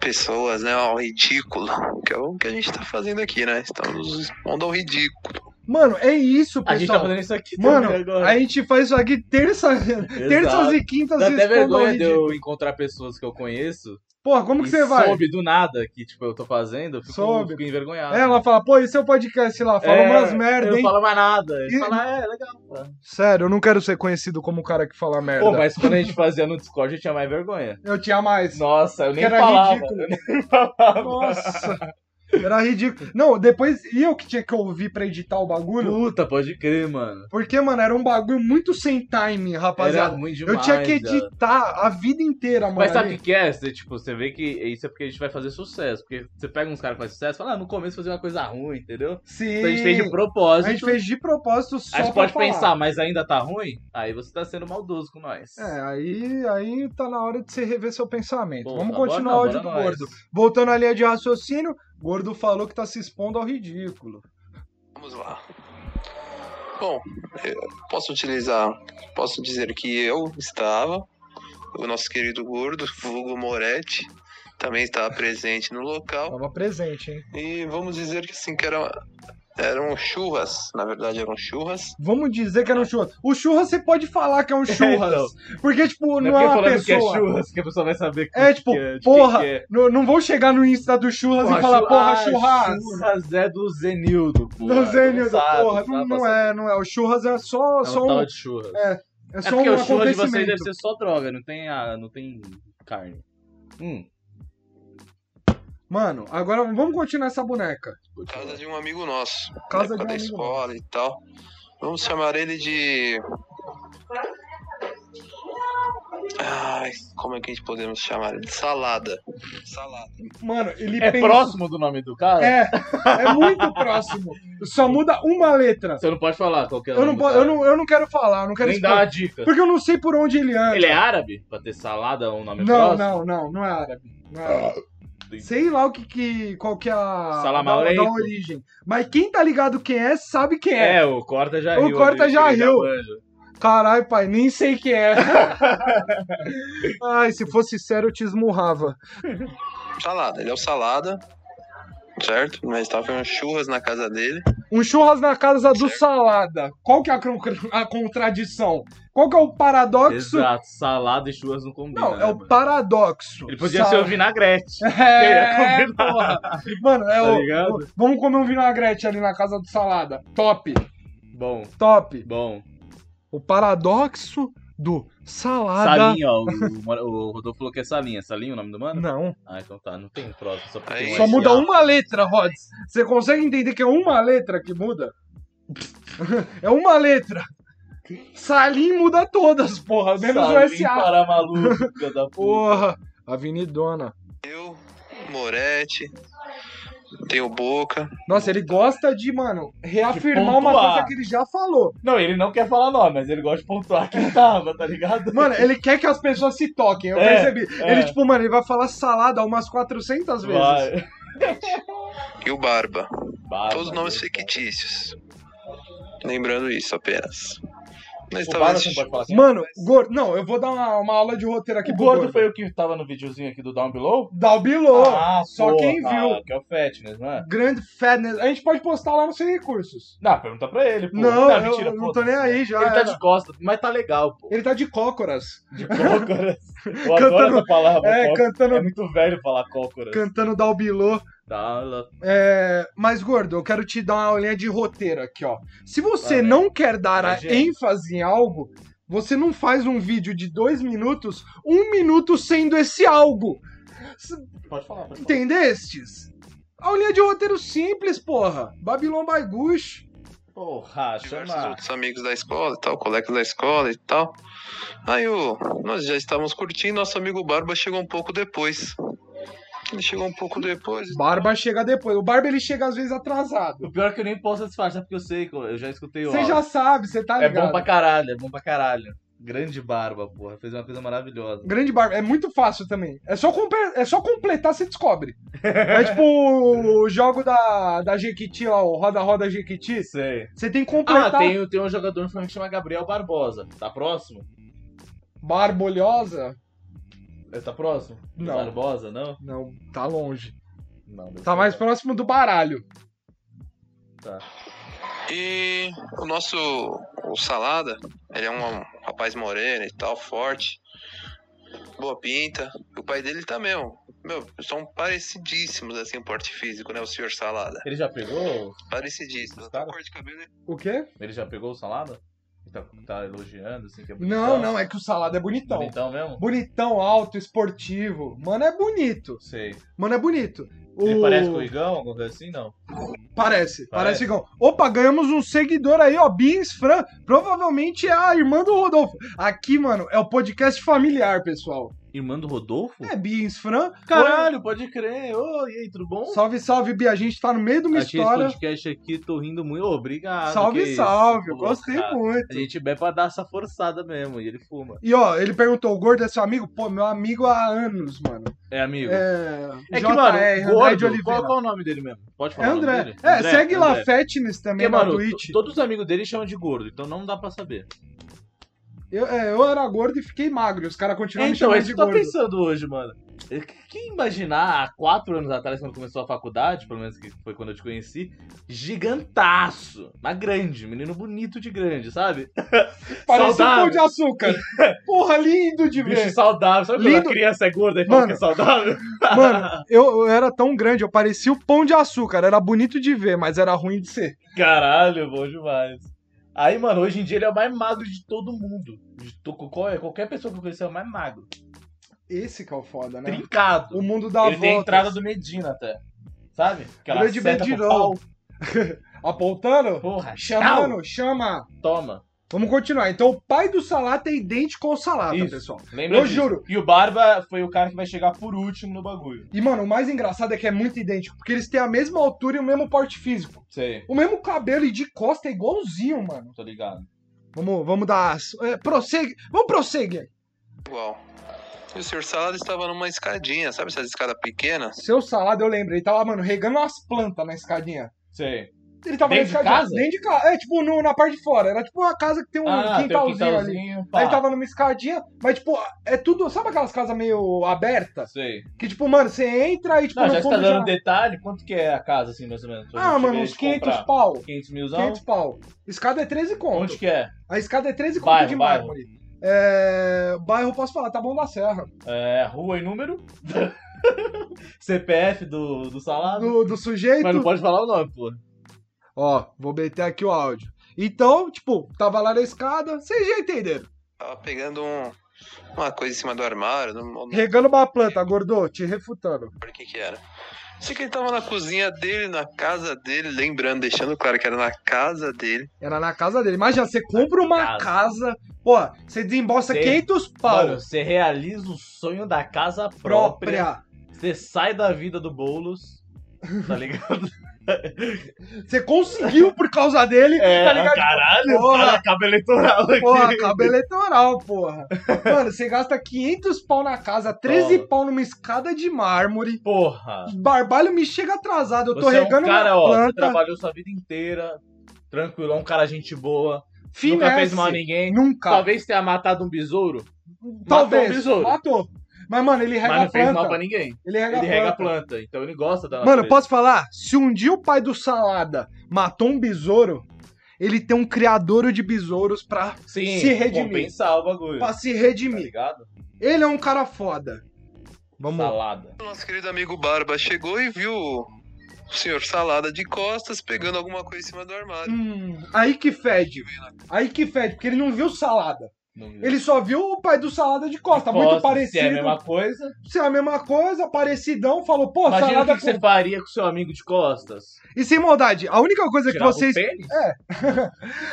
[SPEAKER 3] pessoas, né, ao ridículo. Que é o que a gente tá fazendo aqui, né? Estamos expondo ao ridículo.
[SPEAKER 1] Mano, é isso,
[SPEAKER 2] A gente tá
[SPEAKER 1] pessoal.
[SPEAKER 2] fazendo isso aqui
[SPEAKER 1] Mano,
[SPEAKER 2] também agora.
[SPEAKER 1] a gente faz isso aqui terça, terças e quintas
[SPEAKER 2] Dá até
[SPEAKER 1] expondo
[SPEAKER 2] vergonha
[SPEAKER 1] aí
[SPEAKER 2] de
[SPEAKER 1] de-
[SPEAKER 2] eu encontrar pessoas que eu conheço
[SPEAKER 1] Porra, como
[SPEAKER 2] e
[SPEAKER 1] que você vai?
[SPEAKER 2] soube do nada que, tipo, eu tô fazendo, eu fico,
[SPEAKER 1] Soube.
[SPEAKER 2] fico envergonhado.
[SPEAKER 1] Ela fala, pô, esse é o podcast lá, fala
[SPEAKER 2] É,
[SPEAKER 1] umas
[SPEAKER 2] eu
[SPEAKER 1] merda,
[SPEAKER 2] não
[SPEAKER 1] hein?
[SPEAKER 2] falo mais nada.
[SPEAKER 1] E-
[SPEAKER 2] E... Fala, é, legal. pô.
[SPEAKER 1] Sério, eu não quero ser conhecido como o cara que fala merda.
[SPEAKER 2] Pô, mas quando a gente fazia no Discord, eu tinha mais vergonha.
[SPEAKER 1] Eu tinha mais.
[SPEAKER 2] Nossa, eu nem
[SPEAKER 1] Era
[SPEAKER 2] falava.
[SPEAKER 1] ridículo.
[SPEAKER 2] Eu nem falava.
[SPEAKER 1] Nossa, *laughs* era ridículo. Não, depois e eu que tinha que ouvir pra editar o bagulho.
[SPEAKER 2] Puta, pode crer, mano.
[SPEAKER 1] Porque, mano, era um bagulho muito sem timing,
[SPEAKER 2] Era
[SPEAKER 1] rapaziada.
[SPEAKER 2] ruim demais.
[SPEAKER 1] Eu tinha que
[SPEAKER 2] editar.
[SPEAKER 1] editar a vida inteira, mano.
[SPEAKER 2] Mas sabe
[SPEAKER 1] ali.
[SPEAKER 2] o que que é? Você, tipo, você vê que isso é porque a gente vai fazer sucesso. Porque você pega uns caras que fazem sucesso e fala, ah, no começo fazia uma coisa ruim, entendeu?
[SPEAKER 1] Sim.
[SPEAKER 2] Então a gente fez de propósito.
[SPEAKER 1] A gente fez de propósito só
[SPEAKER 2] Aí você
[SPEAKER 1] pra
[SPEAKER 2] pode
[SPEAKER 1] falar.
[SPEAKER 2] pensar, mas ainda tá ruim? Aí você tá sendo maldoso com nós.
[SPEAKER 1] É, aí, aí tá na hora de você rever seu pensamento.
[SPEAKER 2] Pô,
[SPEAKER 1] Vamos
[SPEAKER 2] agora
[SPEAKER 1] continuar
[SPEAKER 2] não,
[SPEAKER 1] o áudio do
[SPEAKER 2] agora nós.
[SPEAKER 1] Gordo. Voltando à linha de raciocínio, Gordo falou que tá se expondo ao ridículo.
[SPEAKER 3] Vamos lá. Bom, eu posso utilizar, posso dizer que eu estava, o nosso querido gordo, vulgo Moretti, também estava presente no local.
[SPEAKER 1] Tava presente, hein?
[SPEAKER 3] E vamos dizer que assim, que era, eram churras, na verdade eram churras.
[SPEAKER 1] Vamos dizer que
[SPEAKER 2] É.
[SPEAKER 1] era um churras. O churras você pode falar
[SPEAKER 2] *laughs*
[SPEAKER 1] que é um churras. Porque, tipo, não,
[SPEAKER 2] Não é
[SPEAKER 1] é
[SPEAKER 2] porque
[SPEAKER 1] uma
[SPEAKER 2] falando que é
[SPEAKER 1] pessoa.
[SPEAKER 2] churras que a pessoa vai saber que
[SPEAKER 1] É, tipo,
[SPEAKER 2] que de
[SPEAKER 1] porra,
[SPEAKER 2] quem que é.
[SPEAKER 1] não, não vão chegar no Insta do churras e falar,
[SPEAKER 2] chu-
[SPEAKER 1] porra,
[SPEAKER 2] ah,
[SPEAKER 1] churras.
[SPEAKER 2] Churras é do Zenildo, porra.
[SPEAKER 1] Não sei, Nildo,
[SPEAKER 2] sabe,
[SPEAKER 1] porra,
[SPEAKER 2] sabe,
[SPEAKER 1] não, não
[SPEAKER 2] sabe.
[SPEAKER 1] é, não é. O churras é só,
[SPEAKER 2] É
[SPEAKER 1] só
[SPEAKER 2] um tal
[SPEAKER 1] um,
[SPEAKER 2] de churras.
[SPEAKER 1] é
[SPEAKER 2] É
[SPEAKER 1] só
[SPEAKER 2] porque
[SPEAKER 1] um
[SPEAKER 2] o churras de vocês deve
[SPEAKER 1] acontecimento.
[SPEAKER 2] ser só droga, não tem, a, não tem carne. Hum,
[SPEAKER 1] Mano, agora vamos continuar essa boneca.
[SPEAKER 3] Casa de um amigo nosso.
[SPEAKER 1] Casa de
[SPEAKER 3] na época
[SPEAKER 1] um
[SPEAKER 3] da
[SPEAKER 1] amigo
[SPEAKER 3] escola e tal. Vamos chamar ele de. Ai, como é que a gente podemos chamar ele? Salada. Salada.
[SPEAKER 1] Mano, ele
[SPEAKER 2] É
[SPEAKER 1] pensa-
[SPEAKER 2] próximo do nome do cara?
[SPEAKER 1] É, é muito próximo. Só muda uma letra.
[SPEAKER 2] Você não pode falar é qualquer
[SPEAKER 1] Eu não, po- eu, não, eu não quero falar, eu não quero
[SPEAKER 2] Nem dá
[SPEAKER 1] expor.
[SPEAKER 2] a dica.
[SPEAKER 1] Porque eu não sei por onde ele anda.
[SPEAKER 2] Ele é árabe? Pra ter salada um nome
[SPEAKER 1] Não,
[SPEAKER 2] próximo?
[SPEAKER 1] não, não, não é árabe. Não é árabe. Sei lá o que, que qual que é a
[SPEAKER 2] Salam
[SPEAKER 1] da, da
[SPEAKER 2] aleikum.
[SPEAKER 1] origem. Mas quem tá ligado quem é, sabe quem é.
[SPEAKER 2] É, o Corta já
[SPEAKER 1] O
[SPEAKER 2] riu.
[SPEAKER 1] Corta
[SPEAKER 2] ali,
[SPEAKER 1] já
[SPEAKER 2] ele é
[SPEAKER 1] riu.
[SPEAKER 2] manja.
[SPEAKER 1] Caralho, pai, nem sei quem
[SPEAKER 2] *laughs*
[SPEAKER 1] é. Ai, se fosse sério, eu te esmurrava.
[SPEAKER 3] Salada, ele é o Salada, certo? Mas tava fazendo churras na casa dele.
[SPEAKER 1] Um churras na casa do Salada. Qual que é a, con- a contradição? Qual que é o paradoxo?
[SPEAKER 2] Exato, salada e churras não combinam.
[SPEAKER 1] Não, é o
[SPEAKER 2] né, mano?
[SPEAKER 1] paradoxo.
[SPEAKER 2] Ele podia
[SPEAKER 1] Sa-
[SPEAKER 2] ser o vinagrete.
[SPEAKER 1] *laughs* É,
[SPEAKER 2] Eu ia
[SPEAKER 1] *laughs*
[SPEAKER 2] combinar.
[SPEAKER 1] porra. Mano, é
[SPEAKER 2] Tá
[SPEAKER 1] o-
[SPEAKER 2] ligado?
[SPEAKER 1] Vamos comer um vinagrete ali na casa do Salada. Top,
[SPEAKER 2] Bom,
[SPEAKER 1] top.
[SPEAKER 2] bom.
[SPEAKER 1] O paradoxo do Salada.
[SPEAKER 2] Salinho, ó. O, Mora- o Rodolfo falou que é Salinho. É Salinho o nome do mano?
[SPEAKER 1] Não.
[SPEAKER 2] Ah, então tá. Não tem próximo. Só, porque
[SPEAKER 3] Aí-
[SPEAKER 2] tem um
[SPEAKER 1] Só
[SPEAKER 3] Mas
[SPEAKER 2] SA.
[SPEAKER 1] muda uma letra, Rods. Você consegue entender que é uma letra que muda? *laughs* É uma letra. Salim muda todas, porra. Menos o
[SPEAKER 2] Salim
[SPEAKER 1] SA.
[SPEAKER 2] para maluco, filho da puta.
[SPEAKER 1] Porra. Avenidona.
[SPEAKER 3] Eu, Moretti, tem o Boca.
[SPEAKER 1] Nossa, ele gosta de, mano, reafirmar uma
[SPEAKER 2] pontuar.
[SPEAKER 1] coisa que ele já falou.
[SPEAKER 2] Não, ele não quer falar nome, mas ele gosta de pontuar quem tava, tá ligado?
[SPEAKER 1] Mano, ele quer que as pessoas se toquem, eu
[SPEAKER 2] É,
[SPEAKER 1] percebi.
[SPEAKER 2] é.
[SPEAKER 1] Ele, tipo, mano, ele vai falar salada umas 400 vezes.
[SPEAKER 2] Vai.
[SPEAKER 3] E o Barba.
[SPEAKER 2] Vai,
[SPEAKER 3] Todos
[SPEAKER 2] vai,
[SPEAKER 3] nomes
[SPEAKER 2] vai.
[SPEAKER 3] fictícios. Lembrando isso apenas. Mas
[SPEAKER 2] O Barba
[SPEAKER 3] talvez. um
[SPEAKER 2] não pode falar assim.
[SPEAKER 1] Mano, gordo. Não, eu vou dar uma, uma aula de roteiro aqui
[SPEAKER 2] o
[SPEAKER 1] pro
[SPEAKER 2] gordo foi Ah. o que tava no videozinho aqui do Down Below?
[SPEAKER 1] Dá o Bilô. só
[SPEAKER 2] pô,
[SPEAKER 1] quem
[SPEAKER 2] cara,
[SPEAKER 1] viu.
[SPEAKER 2] Que é o Fatness, não é?
[SPEAKER 1] Grande fatness. A gente pode postar lá no Sem Recursos.
[SPEAKER 2] Não, pergunta pra ele, pô.
[SPEAKER 1] não, eu
[SPEAKER 2] mentira,
[SPEAKER 1] eu
[SPEAKER 2] pô.
[SPEAKER 1] não tô nem aí já.
[SPEAKER 2] Ele tá
[SPEAKER 1] era.
[SPEAKER 2] de costas, mas tá legal, *laughs* pô.
[SPEAKER 1] Ele tá de cócoras.
[SPEAKER 2] De cócoras. Eu adoro
[SPEAKER 1] Cantando-
[SPEAKER 2] essa palavra,
[SPEAKER 1] É,
[SPEAKER 2] cócoras.
[SPEAKER 1] cantando,
[SPEAKER 2] É muito velho falar cócoras.
[SPEAKER 1] cantando Dá o Bilô.
[SPEAKER 2] Tá, ela-
[SPEAKER 1] É, mas, gordo, eu quero te dar uma olhinha de roteiro aqui, ó. Se você
[SPEAKER 2] Vai,
[SPEAKER 1] não quer dar a
[SPEAKER 2] Vai, gente.
[SPEAKER 1] ênfase em algo, você não faz um vídeo de dois minutos, um minuto sendo esse algo.
[SPEAKER 2] Pode falar, pode falar.
[SPEAKER 1] Entendestes? A olhinha de roteiro simples, porra. Babylon by Gush.
[SPEAKER 2] Porra,
[SPEAKER 3] diversos
[SPEAKER 2] chama.
[SPEAKER 3] outros amigos da escola e tal, colegas da escola e tal. Aí o, nós já estávamos curtindo, nosso amigo Barba chegou um pouco depois. Ele chegou um pouco depois.
[SPEAKER 1] Barba chega depois. O Barba ele chega às vezes atrasado.
[SPEAKER 2] O pior é que eu nem posso disfarçar, porque eu sei, eu já escutei o
[SPEAKER 1] Você
[SPEAKER 2] áudio.
[SPEAKER 1] já sabe, você tá
[SPEAKER 2] É bom
[SPEAKER 1] ligado.
[SPEAKER 2] pra caralho, é bom pra caralho. Grande barba, porra. Fez uma coisa maravilhosa.
[SPEAKER 1] Grande Barba. É muito fácil também. É só, compe- é só completar, você descobre. É tipo o jogo da, da Jequiti lá, o Roda Roda Jequiti.
[SPEAKER 2] Sei.
[SPEAKER 1] Você tem que
[SPEAKER 2] Ah,
[SPEAKER 1] completar.
[SPEAKER 2] tem, tem um jogador no Flamengo que chama Gabriel Barbosa. Tá próximo?
[SPEAKER 1] Barbolhosa?
[SPEAKER 2] É, Tá próximo? Do
[SPEAKER 1] Não.
[SPEAKER 2] Barbosa, não?
[SPEAKER 1] Não, tá longe.
[SPEAKER 2] Não. deve
[SPEAKER 1] Tá
[SPEAKER 2] ser
[SPEAKER 1] mais
[SPEAKER 2] não.
[SPEAKER 1] próximo do baralho.
[SPEAKER 3] E o nosso o Salada, ele é um rapaz moreno e tal, forte, boa pinta. O pai dele também, ó, meu, são parecidíssimos assim, o porte físico, né? O senhor Salada.
[SPEAKER 2] Ele já pegou?
[SPEAKER 3] Parecidíssimos. Até a cor de cabelo é
[SPEAKER 1] O quê?
[SPEAKER 2] Ele já pegou o salada? Ele tá, tá elogiando, assim, que é
[SPEAKER 1] Não, não, é que o salado é bonitão.
[SPEAKER 2] Então mesmo?
[SPEAKER 1] Bonitão, alto, esportivo. Mano, é bonito.
[SPEAKER 2] Sei.
[SPEAKER 1] Mano, é bonito.
[SPEAKER 2] Ele
[SPEAKER 1] O-
[SPEAKER 2] parece com o Igão, alguma coisa assim? Não.
[SPEAKER 1] Parece,
[SPEAKER 2] Parece.
[SPEAKER 1] parece igual. Opa, ganhamos um seguidor aí, ó. Bins Fran. Provavelmente é a irmã do Rodolfo. Aqui, mano, é o podcast familiar, pessoal.
[SPEAKER 2] Irmã do Rodolfo?
[SPEAKER 1] É Bins Fran.
[SPEAKER 2] Caralho, pode crer. Ô, e aí, tudo bom?
[SPEAKER 1] Oi. Salve, salve, Bia. A gente tá no meio de uma
[SPEAKER 2] Achei
[SPEAKER 1] história.
[SPEAKER 2] esse podcast aqui, tô rindo muito. Ô, obrigado. que
[SPEAKER 1] salve,
[SPEAKER 2] isso,
[SPEAKER 1] salve. Eu
[SPEAKER 2] pô,
[SPEAKER 1] Gostei
[SPEAKER 2] cara.
[SPEAKER 1] muito.
[SPEAKER 2] A gente bebe pra dar essa forçada mesmo, e ele fuma.
[SPEAKER 1] E ó, ele perguntou: o gordo é seu amigo? Pô, meu amigo há anos, mano.
[SPEAKER 2] É, amigo?
[SPEAKER 1] É.
[SPEAKER 2] É que,
[SPEAKER 1] JR,
[SPEAKER 2] mano,
[SPEAKER 1] André
[SPEAKER 2] gordo,
[SPEAKER 1] de Oliveira.
[SPEAKER 2] Qual, qual é o nome dele mesmo? Pode
[SPEAKER 1] É
[SPEAKER 2] falar. o nome
[SPEAKER 1] André.
[SPEAKER 2] dele?
[SPEAKER 1] É, segue lá,
[SPEAKER 2] André.
[SPEAKER 1] Fatness também
[SPEAKER 2] Porque,
[SPEAKER 1] na
[SPEAKER 2] mano,
[SPEAKER 1] Twitch.
[SPEAKER 2] to- todos os amigos dele chamam de gordo, então não dá pra saber.
[SPEAKER 1] Eu, é, eu era gordo e fiquei magro. e Os caras continuam me
[SPEAKER 2] então, é
[SPEAKER 1] chamando
[SPEAKER 2] isso que
[SPEAKER 1] de
[SPEAKER 2] eu tô
[SPEAKER 1] gordo.
[SPEAKER 2] pensando hoje, mano. Eu- Quem imaginar, há quatro anos atrás, quando começou a faculdade, pelo menos que foi quando eu te conheci, gigantaço, mas grande, menino bonito de grande, sabe?
[SPEAKER 1] Parece um
[SPEAKER 2] Saudável.
[SPEAKER 1] pão de
[SPEAKER 2] *laughs*
[SPEAKER 1] açúcar. Porra, lindo de
[SPEAKER 2] Bicho
[SPEAKER 1] ver.
[SPEAKER 2] saudável, sabe quando
[SPEAKER 1] Lindo.
[SPEAKER 2] a criança é gorda e fala
[SPEAKER 1] Mano.
[SPEAKER 2] que é saudável?
[SPEAKER 1] Mano, eu, eu era tão grande, eu parecia o pão de açúcar. Era bonito de ver, mas era ruim de ser.
[SPEAKER 2] *laughs* Caralho, bom demais. Aí, mano, hoje em dia ele é o mais magro de todo mundo. De to- qual- qualquer pessoa que eu conhecer é o mais magro.
[SPEAKER 1] Esse que é o foda, né?
[SPEAKER 2] Trincado.
[SPEAKER 1] O mundo dá
[SPEAKER 2] ele tem a
[SPEAKER 1] voltas.
[SPEAKER 2] entrada do Medina até. Sabe? Aquela
[SPEAKER 1] Grande
[SPEAKER 2] seta pro
[SPEAKER 1] Medirão.
[SPEAKER 2] pau.
[SPEAKER 1] *laughs* Apontando?
[SPEAKER 2] Porra,
[SPEAKER 1] Chamando,
[SPEAKER 2] chamando.
[SPEAKER 1] chama.
[SPEAKER 2] Toma.
[SPEAKER 1] Vamos continuar. Então, o pai do Salata é idêntico ao Salata,
[SPEAKER 2] Isso.
[SPEAKER 1] pessoal.
[SPEAKER 2] Lembra
[SPEAKER 1] Eu
[SPEAKER 2] disso.
[SPEAKER 1] juro.
[SPEAKER 2] E o Barba foi o cara que vai chegar por último no bagulho.
[SPEAKER 1] E, mano, o mais engraçado é que é muito idêntico, porque eles têm a mesma altura e o mesmo porte físico.
[SPEAKER 2] Sei,
[SPEAKER 1] O mesmo cabelo e de costa é igualzinho, mano.
[SPEAKER 2] tô ligado.
[SPEAKER 1] Vamos, vamos dar. É, prossegue. Vamos prosseguir.
[SPEAKER 3] igual. E o senhor Salada estava numa escadinha, sabe essas escadas pequenas?
[SPEAKER 1] Seu salado, eu lembro. Ele tava, mano, regando as plantas na escadinha.
[SPEAKER 2] Sei.
[SPEAKER 1] Ele tava
[SPEAKER 2] Dentro de
[SPEAKER 1] escadinha.
[SPEAKER 2] casa?
[SPEAKER 1] Dentro de casa. É, tipo, no- na parte de fora. Era tipo uma casa que tem um
[SPEAKER 2] Ah, tem um
[SPEAKER 1] quintalzinho, ali.
[SPEAKER 2] quintalzinho.
[SPEAKER 1] Aí tá
[SPEAKER 2] Pá.
[SPEAKER 1] tava numa escadinha, mas tipo, é tudo. Sabe aquelas casas meio abertas?
[SPEAKER 2] Sei.
[SPEAKER 1] Que tipo, mano, você entra e tipo,
[SPEAKER 2] Não,
[SPEAKER 1] no
[SPEAKER 2] já está
[SPEAKER 1] fundo
[SPEAKER 2] dando
[SPEAKER 1] já.
[SPEAKER 2] detalhe. Quanto que é a casa, assim, mais ou menos? pra
[SPEAKER 1] Ah,
[SPEAKER 2] gente
[SPEAKER 1] mano,
[SPEAKER 2] ver
[SPEAKER 1] uns
[SPEAKER 2] de
[SPEAKER 1] 500
[SPEAKER 2] comprar?
[SPEAKER 1] pau.
[SPEAKER 2] 500 milzão?
[SPEAKER 1] 500 pau. Escada é 13 conto.
[SPEAKER 2] Onde que é?
[SPEAKER 1] A escada é 13 conto
[SPEAKER 2] Bairro,
[SPEAKER 1] de
[SPEAKER 2] bairro.
[SPEAKER 1] mármore. É. Bairro, posso falar, tá bom da Serra.
[SPEAKER 2] É, rua e número? *laughs* CPF do, do salário?
[SPEAKER 1] Do, do sujeito.
[SPEAKER 2] Mas não pode falar o nome, pô.
[SPEAKER 1] Ó, vou meter aqui o áudio. Então, tipo, tava lá na escada, vocês já entenderam.
[SPEAKER 3] Tava pegando um- uma coisa em cima do armário, não, não
[SPEAKER 1] Regando uma planta, gordô, te refutando.
[SPEAKER 3] lembro o que que era. Sei que ele tava na cozinha dele, na casa dele, lembrando, deixando claro que era na casa dele.
[SPEAKER 1] Era na casa dele. Imagina, você compra uma casa, pô, você desembolsa
[SPEAKER 2] Sei.
[SPEAKER 1] 500 pau
[SPEAKER 2] Mano, você realiza o sonho da casa própria.
[SPEAKER 1] própria.
[SPEAKER 2] Você sai da vida do Boulos. Tá *laughs* ligado?
[SPEAKER 1] Você conseguiu por causa dele, tá ligado?
[SPEAKER 2] É, caralho,
[SPEAKER 1] Porra.
[SPEAKER 2] cara, acaba eleitoral aqui.
[SPEAKER 1] Porra, cabo eleitoral, porra. Mano, você gasta 500 pau na casa, 13
[SPEAKER 2] Toma.
[SPEAKER 1] pau numa escada de mármore.
[SPEAKER 2] Porra.
[SPEAKER 1] Barbalho me chega atrasado, eu tô
[SPEAKER 2] Você é um
[SPEAKER 1] regando
[SPEAKER 2] cara,
[SPEAKER 1] uma
[SPEAKER 2] ó, você
[SPEAKER 1] planta.
[SPEAKER 2] trabalhou sua vida inteira, tranquilo, é um cara gente boa,
[SPEAKER 1] Finesse.
[SPEAKER 2] nunca fez mal a ninguém.
[SPEAKER 1] Nunca.
[SPEAKER 2] Talvez tenha matado um besouro, Matou um
[SPEAKER 1] Talvez.
[SPEAKER 2] besouro.
[SPEAKER 1] Matou. Mas, mano, ele rega
[SPEAKER 2] mas
[SPEAKER 1] a
[SPEAKER 2] não fez mal
[SPEAKER 1] planta.
[SPEAKER 2] pra ninguém.
[SPEAKER 1] Ele rega
[SPEAKER 2] Ele
[SPEAKER 1] a
[SPEAKER 2] rega a
[SPEAKER 1] planta.
[SPEAKER 2] planta, então ele gosta da
[SPEAKER 1] Mano,
[SPEAKER 2] natureza.
[SPEAKER 1] posso falar? Se um dia o pai do Salada matou um besouro, ele tem um criadouro de besouros pra,
[SPEAKER 2] Sim,
[SPEAKER 1] se redimir.
[SPEAKER 2] compensar o bagulho,
[SPEAKER 1] pra se
[SPEAKER 2] tá
[SPEAKER 1] redimir.
[SPEAKER 2] ligado?
[SPEAKER 1] Ele é um cara foda. Vamos lá.
[SPEAKER 2] Salada.
[SPEAKER 3] O Nosso querido amigo Barba chegou e viu o senhor Salada de costas pegando alguma coisa em cima do armário.
[SPEAKER 1] Hum, aí que fede. Aí que fede, porque ele não viu Salada.
[SPEAKER 2] Não-
[SPEAKER 1] Ele só viu o pai do Salada de costa, muito
[SPEAKER 2] Costa, se
[SPEAKER 1] parecido.
[SPEAKER 2] é a mesma coisa.
[SPEAKER 1] Se é a mesma coisa, parecidão, falou, pô,
[SPEAKER 2] Imagina o
[SPEAKER 1] Salada
[SPEAKER 2] que, que você faria com seu amigo de costas.
[SPEAKER 1] com- E sem maldade, a única coisa que
[SPEAKER 2] Tirava o
[SPEAKER 1] vocês
[SPEAKER 2] pênis?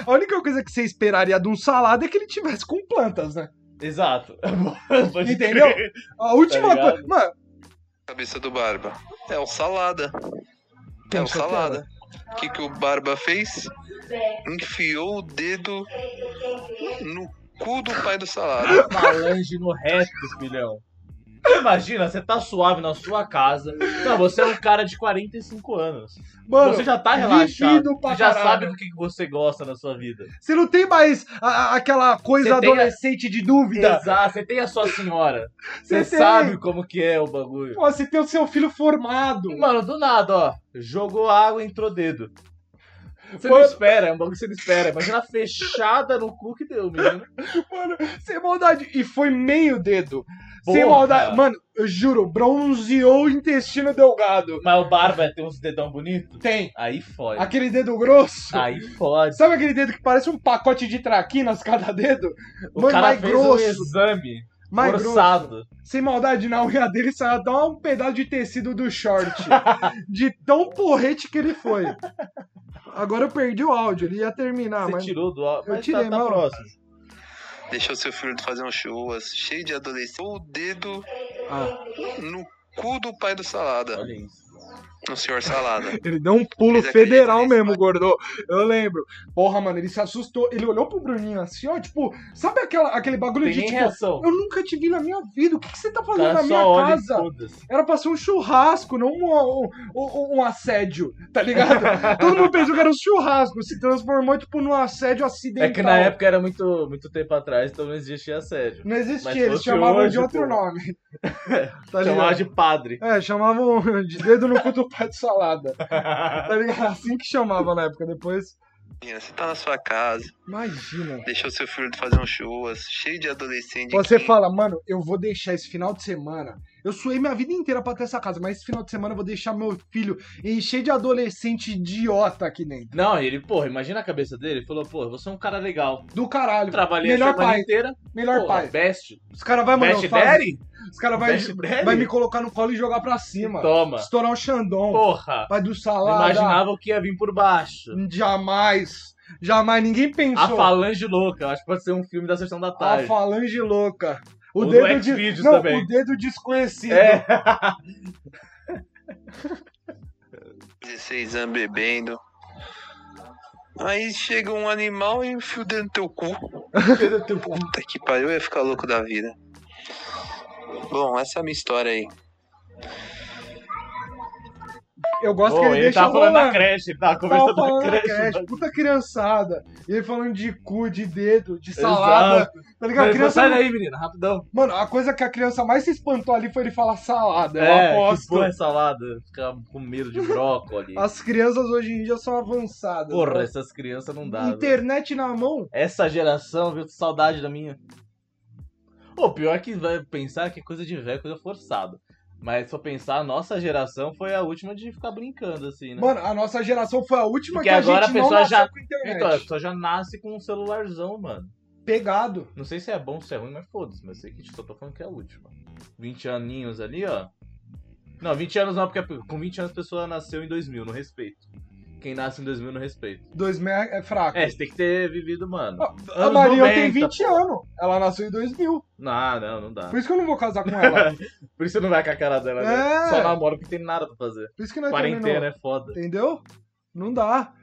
[SPEAKER 1] A única coisa que você esperaria de um salada é que ele tivesse com plantas, né?
[SPEAKER 2] Exato. *laughs* Pode
[SPEAKER 1] Entendeu?
[SPEAKER 2] crer.
[SPEAKER 1] A última
[SPEAKER 2] Tá ligado?
[SPEAKER 1] coisa. Mano,
[SPEAKER 3] Cabeça do Barba. É o Salada. É
[SPEAKER 1] Com
[SPEAKER 3] o
[SPEAKER 1] certeza.
[SPEAKER 3] Salada. O que, que o Barba fez? Enfiou o dedo no cu do pai do Salada.
[SPEAKER 2] falange no reto, filhão. Imagina, você tá suave na sua casa. Não, você é um cara de 45 anos.
[SPEAKER 1] mano
[SPEAKER 2] você já tá relaxado.
[SPEAKER 1] vivido pra
[SPEAKER 2] Você já
[SPEAKER 1] caralho.
[SPEAKER 2] sabe do que que você gosta na sua vida.
[SPEAKER 1] Você não tem mais a- a- aquela coisa
[SPEAKER 2] Você tem a-
[SPEAKER 1] adolescente de dúvida.
[SPEAKER 2] Exato, você tem a sua senhora. Você
[SPEAKER 1] Você tem.
[SPEAKER 2] sabe como que é o bagulho.
[SPEAKER 1] Pô, você tem o seu filho formado.
[SPEAKER 2] Mano, do nada, ó. Jogou água, entrou dedo. Você não
[SPEAKER 1] Mano.
[SPEAKER 2] espera, é um bagulho que você não espera. Imagina a fechada no cu que deu, menino.
[SPEAKER 1] Mano, sem maldade. E foi meio dedo. Sem
[SPEAKER 2] Porra.
[SPEAKER 1] maldade. Mano, eu juro, bronzeou o intestino delgado.
[SPEAKER 2] Mas o Barba tem uns dedão bonito?
[SPEAKER 1] Tem.
[SPEAKER 2] Aí fode.
[SPEAKER 1] Aquele dedo grosso.
[SPEAKER 2] Aí fode.
[SPEAKER 1] Sabe aquele dedo que parece um pacote de traquinas cada dedo?
[SPEAKER 2] O
[SPEAKER 1] Mano,
[SPEAKER 2] cara
[SPEAKER 1] mais
[SPEAKER 2] fez
[SPEAKER 1] grosso.
[SPEAKER 2] um exame
[SPEAKER 1] Mais grosso.
[SPEAKER 2] forçado.
[SPEAKER 1] Sem maldade, na *laughs* unha dele saiu até um pedaço de tecido do short.
[SPEAKER 2] *laughs*
[SPEAKER 1] de tão porrete que ele foi. Agora eu perdi o áudio, ele ia terminar, Ah,
[SPEAKER 2] Você
[SPEAKER 1] mas.
[SPEAKER 2] tirou do óculos.
[SPEAKER 1] Eu
[SPEAKER 2] Mas
[SPEAKER 1] tirei,
[SPEAKER 2] tá, tá
[SPEAKER 1] mano.
[SPEAKER 2] próximo.
[SPEAKER 3] Deixou seu filho fazer um churras cheio de adolescente. O dedo
[SPEAKER 1] Ah,
[SPEAKER 3] no cu do pai do Salada.
[SPEAKER 2] Olha isso.
[SPEAKER 3] No senhor Salada.
[SPEAKER 1] ele deu um pulo
[SPEAKER 3] Ele acredita
[SPEAKER 1] federal
[SPEAKER 3] nisso,
[SPEAKER 1] mesmo,
[SPEAKER 3] mano.
[SPEAKER 1] gordo. Eu lembro. Porra, mano, ele se assustou. Ele olhou pro Bruninho assim, ó, tipo, sabe aquela, aquele bagulho
[SPEAKER 2] Tem
[SPEAKER 1] de
[SPEAKER 2] nem
[SPEAKER 1] tipo.
[SPEAKER 2] reação.
[SPEAKER 1] Eu nunca te vi na minha vida. O que, que você tá
[SPEAKER 2] O
[SPEAKER 1] fazendo
[SPEAKER 2] cara
[SPEAKER 1] na minha
[SPEAKER 2] só olha tipo, e
[SPEAKER 1] casa?
[SPEAKER 2] foda-se.
[SPEAKER 1] Era pra ser um churrasco, não um, um- um- um assédio, tá
[SPEAKER 2] *laughs*
[SPEAKER 1] ligado? Todo mundo pensou que era um churrasco, se transformou, tipo, num assédio acidental.
[SPEAKER 2] É que na época era muito, muito tempo atrás, então não existia assédio.
[SPEAKER 1] Não
[SPEAKER 2] Mas
[SPEAKER 1] existia, eles
[SPEAKER 2] fosse
[SPEAKER 1] chamavam
[SPEAKER 2] hoje,
[SPEAKER 1] de outro
[SPEAKER 2] pô. *laughs*
[SPEAKER 1] nome. tá
[SPEAKER 2] Chamava
[SPEAKER 1] ligado?
[SPEAKER 2] de padre. *laughs*
[SPEAKER 1] É, chamavam de dedo no cu do pai de salada. Tá ligado? Assim que chamava na época, depois.
[SPEAKER 3] Imagina, Você tá na sua casa.
[SPEAKER 1] Imagina.
[SPEAKER 3] Deixou seu filho fazer um churras cheio de adolescente. de
[SPEAKER 1] Você
[SPEAKER 3] 15,
[SPEAKER 1] fala, mano, eu vou deixar esse final de semana. Eu suei minha vida inteira pra ter essa casa, mas esse final de semana eu vou deixar meu filho encher de adolescente idiota aqui dentro.
[SPEAKER 2] Não, ele, porra, imagina a cabeça dele. Ele falou, porra, você é um cara legal.
[SPEAKER 1] Do caralho.
[SPEAKER 2] Trabalhei a
[SPEAKER 1] melhor
[SPEAKER 2] semana
[SPEAKER 1] pai,
[SPEAKER 2] inteira.
[SPEAKER 1] melhor
[SPEAKER 2] porra,
[SPEAKER 1] pai.
[SPEAKER 2] Best.
[SPEAKER 1] Os caras vai, mano,
[SPEAKER 2] Best
[SPEAKER 1] eu faço-
[SPEAKER 2] Daddy?
[SPEAKER 1] Os caras vai,
[SPEAKER 2] Best Daddy?
[SPEAKER 1] vai me colocar no colo e jogar pra cima.
[SPEAKER 2] Toma.
[SPEAKER 1] Estourar o Xandão.
[SPEAKER 2] Porra.
[SPEAKER 1] Pai do
[SPEAKER 2] Não
[SPEAKER 1] salada.
[SPEAKER 2] imaginava o que ia vir por baixo.
[SPEAKER 1] Jamais. Jamais. Ninguém
[SPEAKER 2] A
[SPEAKER 1] pensou.
[SPEAKER 2] Falange Louca. Acho que pode ser um filme da Sessão da
[SPEAKER 1] A
[SPEAKER 2] Tarde.
[SPEAKER 1] falange louca. O
[SPEAKER 2] Ou do
[SPEAKER 1] dedo, de...
[SPEAKER 2] Xvideos
[SPEAKER 1] Não,
[SPEAKER 2] também.
[SPEAKER 1] o dedo desconhecido.
[SPEAKER 2] É.
[SPEAKER 3] 16 anos bebendo. Aí chega um animal e enfia o dedo no teu cu. Puta que pariu, eu ia ficar louco da vida. Bom, essa é a minha história aí.
[SPEAKER 1] Eu gosto que
[SPEAKER 2] Ô,
[SPEAKER 1] ele,
[SPEAKER 2] ele
[SPEAKER 1] deixa
[SPEAKER 2] tava falando da
[SPEAKER 1] rolando.
[SPEAKER 2] creche, ele tava
[SPEAKER 1] Tava
[SPEAKER 2] conversando
[SPEAKER 1] falando
[SPEAKER 2] da
[SPEAKER 1] da
[SPEAKER 2] creche.
[SPEAKER 1] um creche,
[SPEAKER 2] mano.
[SPEAKER 1] puta criançada. E ele falando de cu, de dedo, de salada.
[SPEAKER 2] Exato.
[SPEAKER 1] Tá ligado? A
[SPEAKER 2] Mas ele falou,
[SPEAKER 1] criança...
[SPEAKER 2] Sai daí, menina, rapidão.
[SPEAKER 1] Mano, a coisa que a criança mais se espantou ali foi ele falar salada.
[SPEAKER 2] É,
[SPEAKER 1] eu
[SPEAKER 2] que
[SPEAKER 1] aposto.
[SPEAKER 2] porra é salada? Ficar com medo de brócolis.
[SPEAKER 1] As crianças hoje em dia são avançadas.
[SPEAKER 2] Porra,
[SPEAKER 1] né?
[SPEAKER 2] essas crianças não dá. velho.
[SPEAKER 1] Internet na mão?
[SPEAKER 2] Essa geração, viu? Saudade da minha. O pior é que vai pensar que é coisa de velho, coisa forçada. Mas se for pensar, a nossa geração foi a última de ficar brincando, assim, né?
[SPEAKER 1] Mano, a nossa geração foi a última
[SPEAKER 2] Porque
[SPEAKER 1] que a
[SPEAKER 2] agora
[SPEAKER 1] gente
[SPEAKER 2] a
[SPEAKER 1] não
[SPEAKER 2] pessoa
[SPEAKER 1] nasceu
[SPEAKER 2] já-
[SPEAKER 1] com internet.
[SPEAKER 2] então, a pessoa já nasce com um celularzão, mano.
[SPEAKER 1] Pegado.
[SPEAKER 2] Não sei se é bom ou se é ruim, mas foda-se. Mas sei que só tô falando que é a última. 20 aninhos ali, ó. Não, 20 anos não, porque com 20 anos a pessoa nasceu em 2000, não respeito. Quem nasce em 2000 não respeito.
[SPEAKER 1] 2000 é fraco.
[SPEAKER 2] É, você tem que ter vivido, mano.
[SPEAKER 1] Ah, a
[SPEAKER 2] Anos
[SPEAKER 1] Maria
[SPEAKER 2] 90,
[SPEAKER 1] tem 20 anos. Ela nasceu em 2000.
[SPEAKER 2] Não, não, não dá.
[SPEAKER 1] Por isso que eu não vou casar com ela.
[SPEAKER 2] Por isso você não vai com a cara dela, né?
[SPEAKER 1] É.
[SPEAKER 2] Só namora porque tem nada pra fazer.
[SPEAKER 1] Por isso que nós
[SPEAKER 2] Quarentena
[SPEAKER 1] terminou.
[SPEAKER 2] é foda.
[SPEAKER 1] Entendeu? Não dá.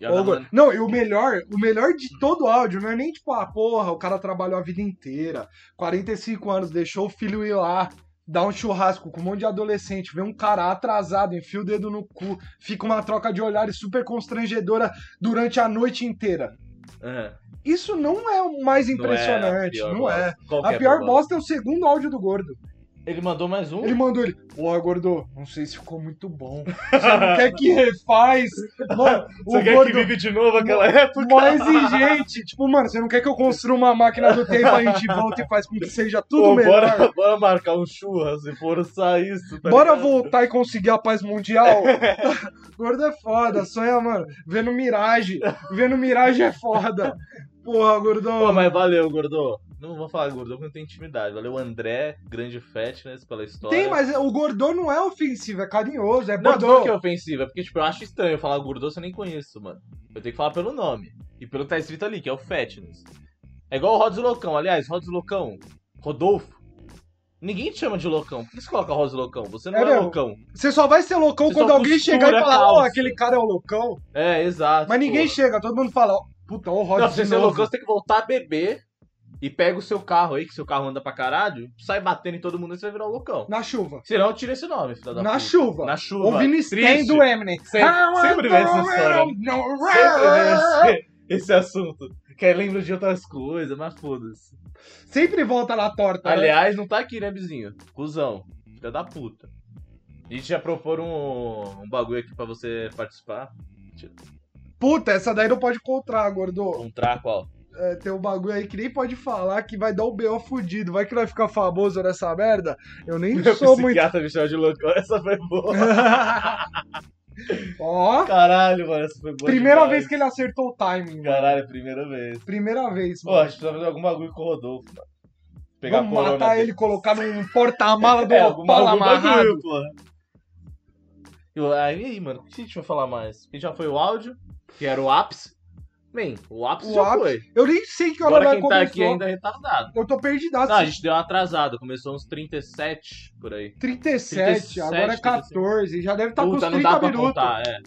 [SPEAKER 2] Já
[SPEAKER 1] Ô,
[SPEAKER 2] dá
[SPEAKER 1] Gor- Não, e o melhor, o melhor de todo o áudio não é nem tipo, ah, porra, o cara trabalhou a vida inteira, 45 anos, deixou o filho ir lá, dar um churrasco com um monte de adolescente, vê um cara atrasado, enfia o dedo no cu, fica uma troca de olhares super constrangedora durante a noite inteira.
[SPEAKER 2] É.
[SPEAKER 1] Isso não é o mais
[SPEAKER 2] Não é a
[SPEAKER 1] impressionante,
[SPEAKER 2] pior
[SPEAKER 1] não
[SPEAKER 2] bosta.
[SPEAKER 1] é.
[SPEAKER 2] Qual que
[SPEAKER 1] A
[SPEAKER 2] é
[SPEAKER 1] pior bosta é o segundo áudio do gordo.
[SPEAKER 2] Ele mandou mais um?
[SPEAKER 1] Ele *laughs* mandou ele, porra, gordo, não sei se ficou muito bom. *laughs* Você não quer que refaz? Mano,
[SPEAKER 2] *laughs* Você
[SPEAKER 1] o
[SPEAKER 2] quer
[SPEAKER 1] gordo
[SPEAKER 2] que vive de novo aquela época?
[SPEAKER 1] mó exigente. Tipo, mano, você não quer que eu construa uma máquina do tempo, a gente volta e faz com que seja tudo
[SPEAKER 2] Pô,
[SPEAKER 1] melhor? Bora,
[SPEAKER 2] bora, bora marcar um churras e forçar isso, tá ligado?
[SPEAKER 1] voltar e conseguir a paz
[SPEAKER 2] *laughs*
[SPEAKER 1] mundial? Gordo é foda, sonha, mano. Vendo miragem. Vendo miragem é foda. Porra, gordão.
[SPEAKER 2] Pô, mas valeu, gordo. Não vou falar gordo, porque não tem intimidade. Valeu, André, grande fatness pela história.
[SPEAKER 1] Tem, mas o gordão não é ofensivo, é carinhoso, é
[SPEAKER 2] Não, não
[SPEAKER 1] gordão.
[SPEAKER 2] que é ofensiva, porque, tipo, eu acho estranho eu falar gordo se eu nem conheço, mano. Eu tenho que falar pelo nome. E pelo que tá escrito ali, que é o Fatness. É igual o Rods Loucão, aliás, Rods Loucão, Rodolfo. Ninguém te chama de loucão. Por que você coloca Rods Loucão? Você não
[SPEAKER 1] É
[SPEAKER 2] é,
[SPEAKER 1] mesmo.
[SPEAKER 2] loucão.
[SPEAKER 1] Você só vai ser loucão
[SPEAKER 2] Você
[SPEAKER 1] quando
[SPEAKER 2] só
[SPEAKER 1] alguém
[SPEAKER 2] costura
[SPEAKER 1] chegar e
[SPEAKER 2] a
[SPEAKER 1] falar, ó,
[SPEAKER 2] calça."
[SPEAKER 1] aquele cara é o loucão.
[SPEAKER 2] É, exato.
[SPEAKER 1] Mas ninguém
[SPEAKER 2] pô.
[SPEAKER 1] chega, todo mundo fala, ó, puta, ó, o Rod
[SPEAKER 2] Não, pra
[SPEAKER 1] de
[SPEAKER 2] você ser
[SPEAKER 1] novo.
[SPEAKER 2] loucão, você tem que voltar a beber e pega o seu carro aí, que seu carro anda pra caralho, sai batendo em todo mundo e você vai virar um loucão.
[SPEAKER 1] Na chuva.
[SPEAKER 2] Senão, tira esse nome, filha da
[SPEAKER 1] Na
[SPEAKER 2] puta.
[SPEAKER 1] chuva.
[SPEAKER 2] Na chuva.
[SPEAKER 1] Ouvindo Stan
[SPEAKER 2] Triste.
[SPEAKER 1] do Eminem.
[SPEAKER 2] Sempre- sempre vai essa história. Sempre
[SPEAKER 1] *laughs*
[SPEAKER 2] vem esse, esse assunto. Que aí lembra de outras coisas, mas foda-se.
[SPEAKER 1] Sempre volta na torta. né?
[SPEAKER 2] Aliás, não tá aqui, né, vizinho? Cusão. Filha da puta. A gente já propor um, um bagulho aqui pra você participar.
[SPEAKER 1] Puta, essa daí não pode encontrar, gordo.
[SPEAKER 2] Um traco, ó.
[SPEAKER 1] É, tem um bagulho aí que nem pode falar que vai dar um B.O. fudido. Vai que vai ficar famoso nessa merda? Eu
[SPEAKER 2] *laughs*
[SPEAKER 1] nem
[SPEAKER 2] Meu
[SPEAKER 1] sou muito. *laughs*
[SPEAKER 2] psiquiatra me chama de louco. Essa foi boa.
[SPEAKER 1] Ó,
[SPEAKER 2] Caralho, mano, essa foi boa.
[SPEAKER 1] primeira
[SPEAKER 2] demais.
[SPEAKER 1] vez que ele acertou o timing, mano.
[SPEAKER 2] Caralho, primeira vez.
[SPEAKER 1] Primeira vez,
[SPEAKER 2] Pô, a
[SPEAKER 1] mano.
[SPEAKER 2] gente precisa fazer algum bagulho com o Rodolfo, mano. Pegar
[SPEAKER 1] Vamos
[SPEAKER 2] a corona
[SPEAKER 1] matar
[SPEAKER 2] dele.
[SPEAKER 1] ele, colocar num
[SPEAKER 2] *laughs*
[SPEAKER 1] porta-mala do
[SPEAKER 2] É, algum
[SPEAKER 1] Opala
[SPEAKER 2] bagulho,
[SPEAKER 1] amarrado.
[SPEAKER 2] bagulho, porra. Eu, aí, aí, mano, o que a gente vai falar mais? Porque já foi o áudio, que era o ápice. Bem, o ápice
[SPEAKER 1] O
[SPEAKER 2] já
[SPEAKER 1] ápice.
[SPEAKER 2] foi.
[SPEAKER 1] Eu nem sei que hora
[SPEAKER 2] Agora
[SPEAKER 1] vai
[SPEAKER 2] quem tá
[SPEAKER 1] começar.
[SPEAKER 2] aqui ainda é retardado.
[SPEAKER 1] Eu tô perdidaço.
[SPEAKER 2] Não, a gente deu uma atrasada, começou uns 37 por aí.
[SPEAKER 1] 37, agora é
[SPEAKER 2] 37.
[SPEAKER 1] 14. é Já deve estar tá com uns
[SPEAKER 2] Puta,
[SPEAKER 1] 30
[SPEAKER 2] não dá pra
[SPEAKER 1] minutos.
[SPEAKER 2] contar, é.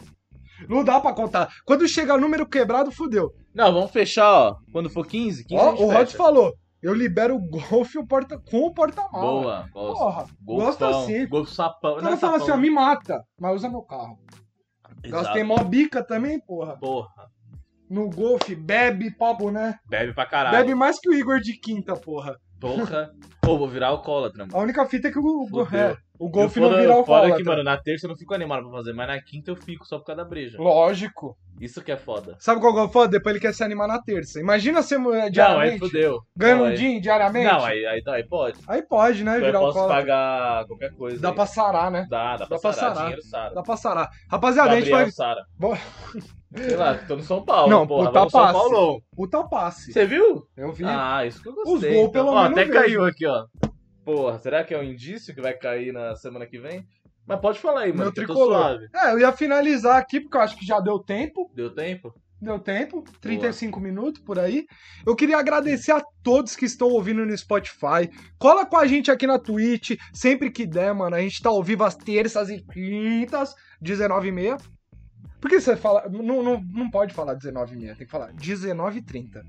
[SPEAKER 1] Não dá pra contar. Quando chegar número quebrado, fudeu.
[SPEAKER 2] Não, vamos fechar, ó. Quando for 15, 15 a
[SPEAKER 1] Ó,
[SPEAKER 2] gente
[SPEAKER 1] o Rod
[SPEAKER 2] fecha.
[SPEAKER 1] falou. Eu libero o golfe e o porta, com o porta-mala.
[SPEAKER 2] Boa, gosto.
[SPEAKER 1] Porra, gosta
[SPEAKER 2] Golfão,
[SPEAKER 1] assim.
[SPEAKER 2] golfo sapão.
[SPEAKER 1] O
[SPEAKER 2] não
[SPEAKER 1] cara
[SPEAKER 2] é
[SPEAKER 1] fala assim,
[SPEAKER 2] sapão,
[SPEAKER 1] ó, me mata, mas usa meu carro.
[SPEAKER 2] exato.
[SPEAKER 1] Gastei mó bica também, porra.
[SPEAKER 2] Porra,
[SPEAKER 1] No golfe, bebe, papo, né?
[SPEAKER 2] bebe pra caralho.
[SPEAKER 1] Bebe mais que o Igor de quinta, porra.
[SPEAKER 2] Porra. Pô, vou virar alcoólatra, mano.
[SPEAKER 1] A única fita é que o,
[SPEAKER 2] Fudeu.
[SPEAKER 1] é, o golfe
[SPEAKER 2] Eu
[SPEAKER 1] não
[SPEAKER 2] fora-
[SPEAKER 1] vira o tá?
[SPEAKER 2] Fora
[SPEAKER 1] fora
[SPEAKER 2] que, mano, na terça eu não fico animado pra fazer, mas na quinta eu fico só por causa da breja.
[SPEAKER 1] Uhum. Lógico.
[SPEAKER 2] Isso que é foda.
[SPEAKER 1] Sabe qual que é o foda? Depois ele quer se animar na terça. Imagina ser mulher
[SPEAKER 2] Não, aí
[SPEAKER 1] diariamente,
[SPEAKER 2] fudeu.
[SPEAKER 1] ganhando
[SPEAKER 2] Não,
[SPEAKER 1] um
[SPEAKER 2] aí-
[SPEAKER 1] din diariamente.
[SPEAKER 2] Não, aí, aí, aí pode.
[SPEAKER 1] Aí pode, né,
[SPEAKER 2] Eu
[SPEAKER 1] virar o
[SPEAKER 2] posso
[SPEAKER 1] cola.
[SPEAKER 2] pagar qualquer coisa.
[SPEAKER 1] Dá
[SPEAKER 2] aí.
[SPEAKER 1] pra sarar, né?
[SPEAKER 2] Dá, dá pra
[SPEAKER 1] dá pra
[SPEAKER 2] sarar.
[SPEAKER 1] sarar.
[SPEAKER 2] Dinheiro sara.
[SPEAKER 1] Dá pra sarar. Rapaziada, a
[SPEAKER 2] Gabriel
[SPEAKER 1] gente
[SPEAKER 2] sara.
[SPEAKER 1] Boa.
[SPEAKER 2] Sei lá, tô no São Paulo,
[SPEAKER 1] Não,
[SPEAKER 2] porra.
[SPEAKER 1] puta
[SPEAKER 2] Vamos São
[SPEAKER 1] passe.
[SPEAKER 2] Paulo.
[SPEAKER 1] vai... Puta passe.
[SPEAKER 2] Você viu?
[SPEAKER 1] Eu vi.
[SPEAKER 2] Ah, isso que eu
[SPEAKER 1] Os
[SPEAKER 2] gostei.
[SPEAKER 1] gols, pelo
[SPEAKER 2] ó,
[SPEAKER 1] menos,
[SPEAKER 2] até
[SPEAKER 1] eu vejo.
[SPEAKER 2] caiu aqui, ó. Porra, será que é um indício que vai cair na semana que vem? Mas pode falar aí, mano.
[SPEAKER 1] Meu
[SPEAKER 2] que eu tô
[SPEAKER 1] tricolor.
[SPEAKER 2] suave.
[SPEAKER 1] É, eu ia finalizar aqui, porque eu acho que já deu tempo.
[SPEAKER 2] Deu tempo?
[SPEAKER 1] Deu tempo, 35 minutos por aí. Eu queria agradecer a todos que estão ouvindo no Spotify. Cola com a gente aqui na Twitch, sempre que der, mano. A gente tá ao vivo às terças e quintas, 19h30. Por que você fala. Não, não, não pode falar 19h30, tem que falar 19h30.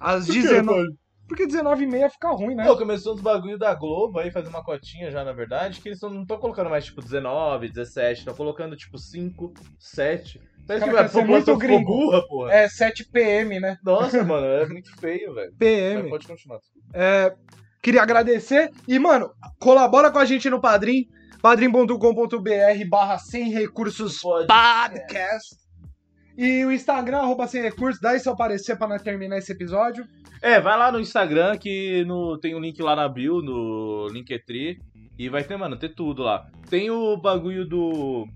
[SPEAKER 1] Às 19
[SPEAKER 2] Por que, mano?
[SPEAKER 1] Porque 19,5 fica ruim, né?
[SPEAKER 2] Pô, começou uns bagulho da Globo aí, fazer uma cotinha já, na verdade, que eles tão- não estão colocando mais tipo 19, 17, estão colocando tipo 5, 7. Tá
[SPEAKER 1] Cara,
[SPEAKER 2] tipo,
[SPEAKER 1] quer
[SPEAKER 2] a
[SPEAKER 1] ser muito
[SPEAKER 2] população ficou
[SPEAKER 1] gringo.
[SPEAKER 2] burra, porra.
[SPEAKER 1] É 7 PM, né?
[SPEAKER 2] Nossa, mano, é muito feio, velho. Mas
[SPEAKER 1] PM.
[SPEAKER 2] pode continuar.
[SPEAKER 1] É, queria agradecer. E, mano, colabora com a gente no Padrim. padrim.com.br barra sem recursos
[SPEAKER 2] Pode.
[SPEAKER 1] podcast. E o Instagram, arroba sem recursos. Dá seu parecer pra nós terminar esse episódio.
[SPEAKER 2] É, vai lá no Instagram que no, tem um link lá na bio, no Linktree. E vai ter, mano, ter tudo lá. Tem o bagulho do.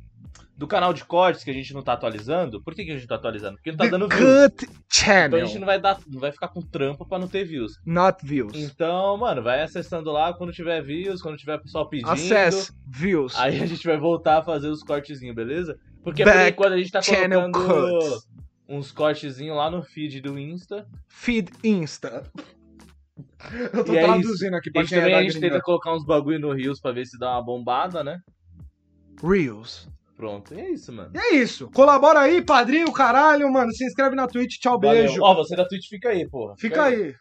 [SPEAKER 2] Do canal de cortes que a gente não tá atualizando. Por que, que a gente não tá atualizando? Porque não tá dando views.
[SPEAKER 1] Cut
[SPEAKER 2] Então
[SPEAKER 1] Channel.
[SPEAKER 2] a gente não vai, dar, não vai ficar com trampo pra não ter views.
[SPEAKER 1] Not views.
[SPEAKER 2] Então, mano, vai acessando lá quando tiver views, quando tiver pessoal pedindo.
[SPEAKER 1] Acesse views.
[SPEAKER 2] Aí a gente vai voltar a fazer os cortezinhos, beleza? Porque por
[SPEAKER 1] Back
[SPEAKER 2] enquanto a gente tá
[SPEAKER 1] channel
[SPEAKER 2] colocando
[SPEAKER 1] cuts.
[SPEAKER 2] uns cortezinhos lá no feed do Insta.
[SPEAKER 1] Feed
[SPEAKER 2] *laughs*
[SPEAKER 1] Insta. Eu tô
[SPEAKER 2] E é isso.
[SPEAKER 1] traduzindo aqui
[SPEAKER 2] E
[SPEAKER 1] pra quem é
[SPEAKER 2] também
[SPEAKER 1] da
[SPEAKER 2] a gente tenta
[SPEAKER 1] gringa.
[SPEAKER 2] colocar uns bagulho no Rios pra ver se dá uma bombada, né?
[SPEAKER 1] Reels.
[SPEAKER 2] Pronto, e é isso, mano.
[SPEAKER 1] E é isso. Colabora aí, padrinho, caralho, mano. Se inscreve na Twitch. Tchau,
[SPEAKER 2] Valeu.
[SPEAKER 1] beijo.
[SPEAKER 2] Ó, você da Twitch fica aí, porra.
[SPEAKER 1] Fica aí.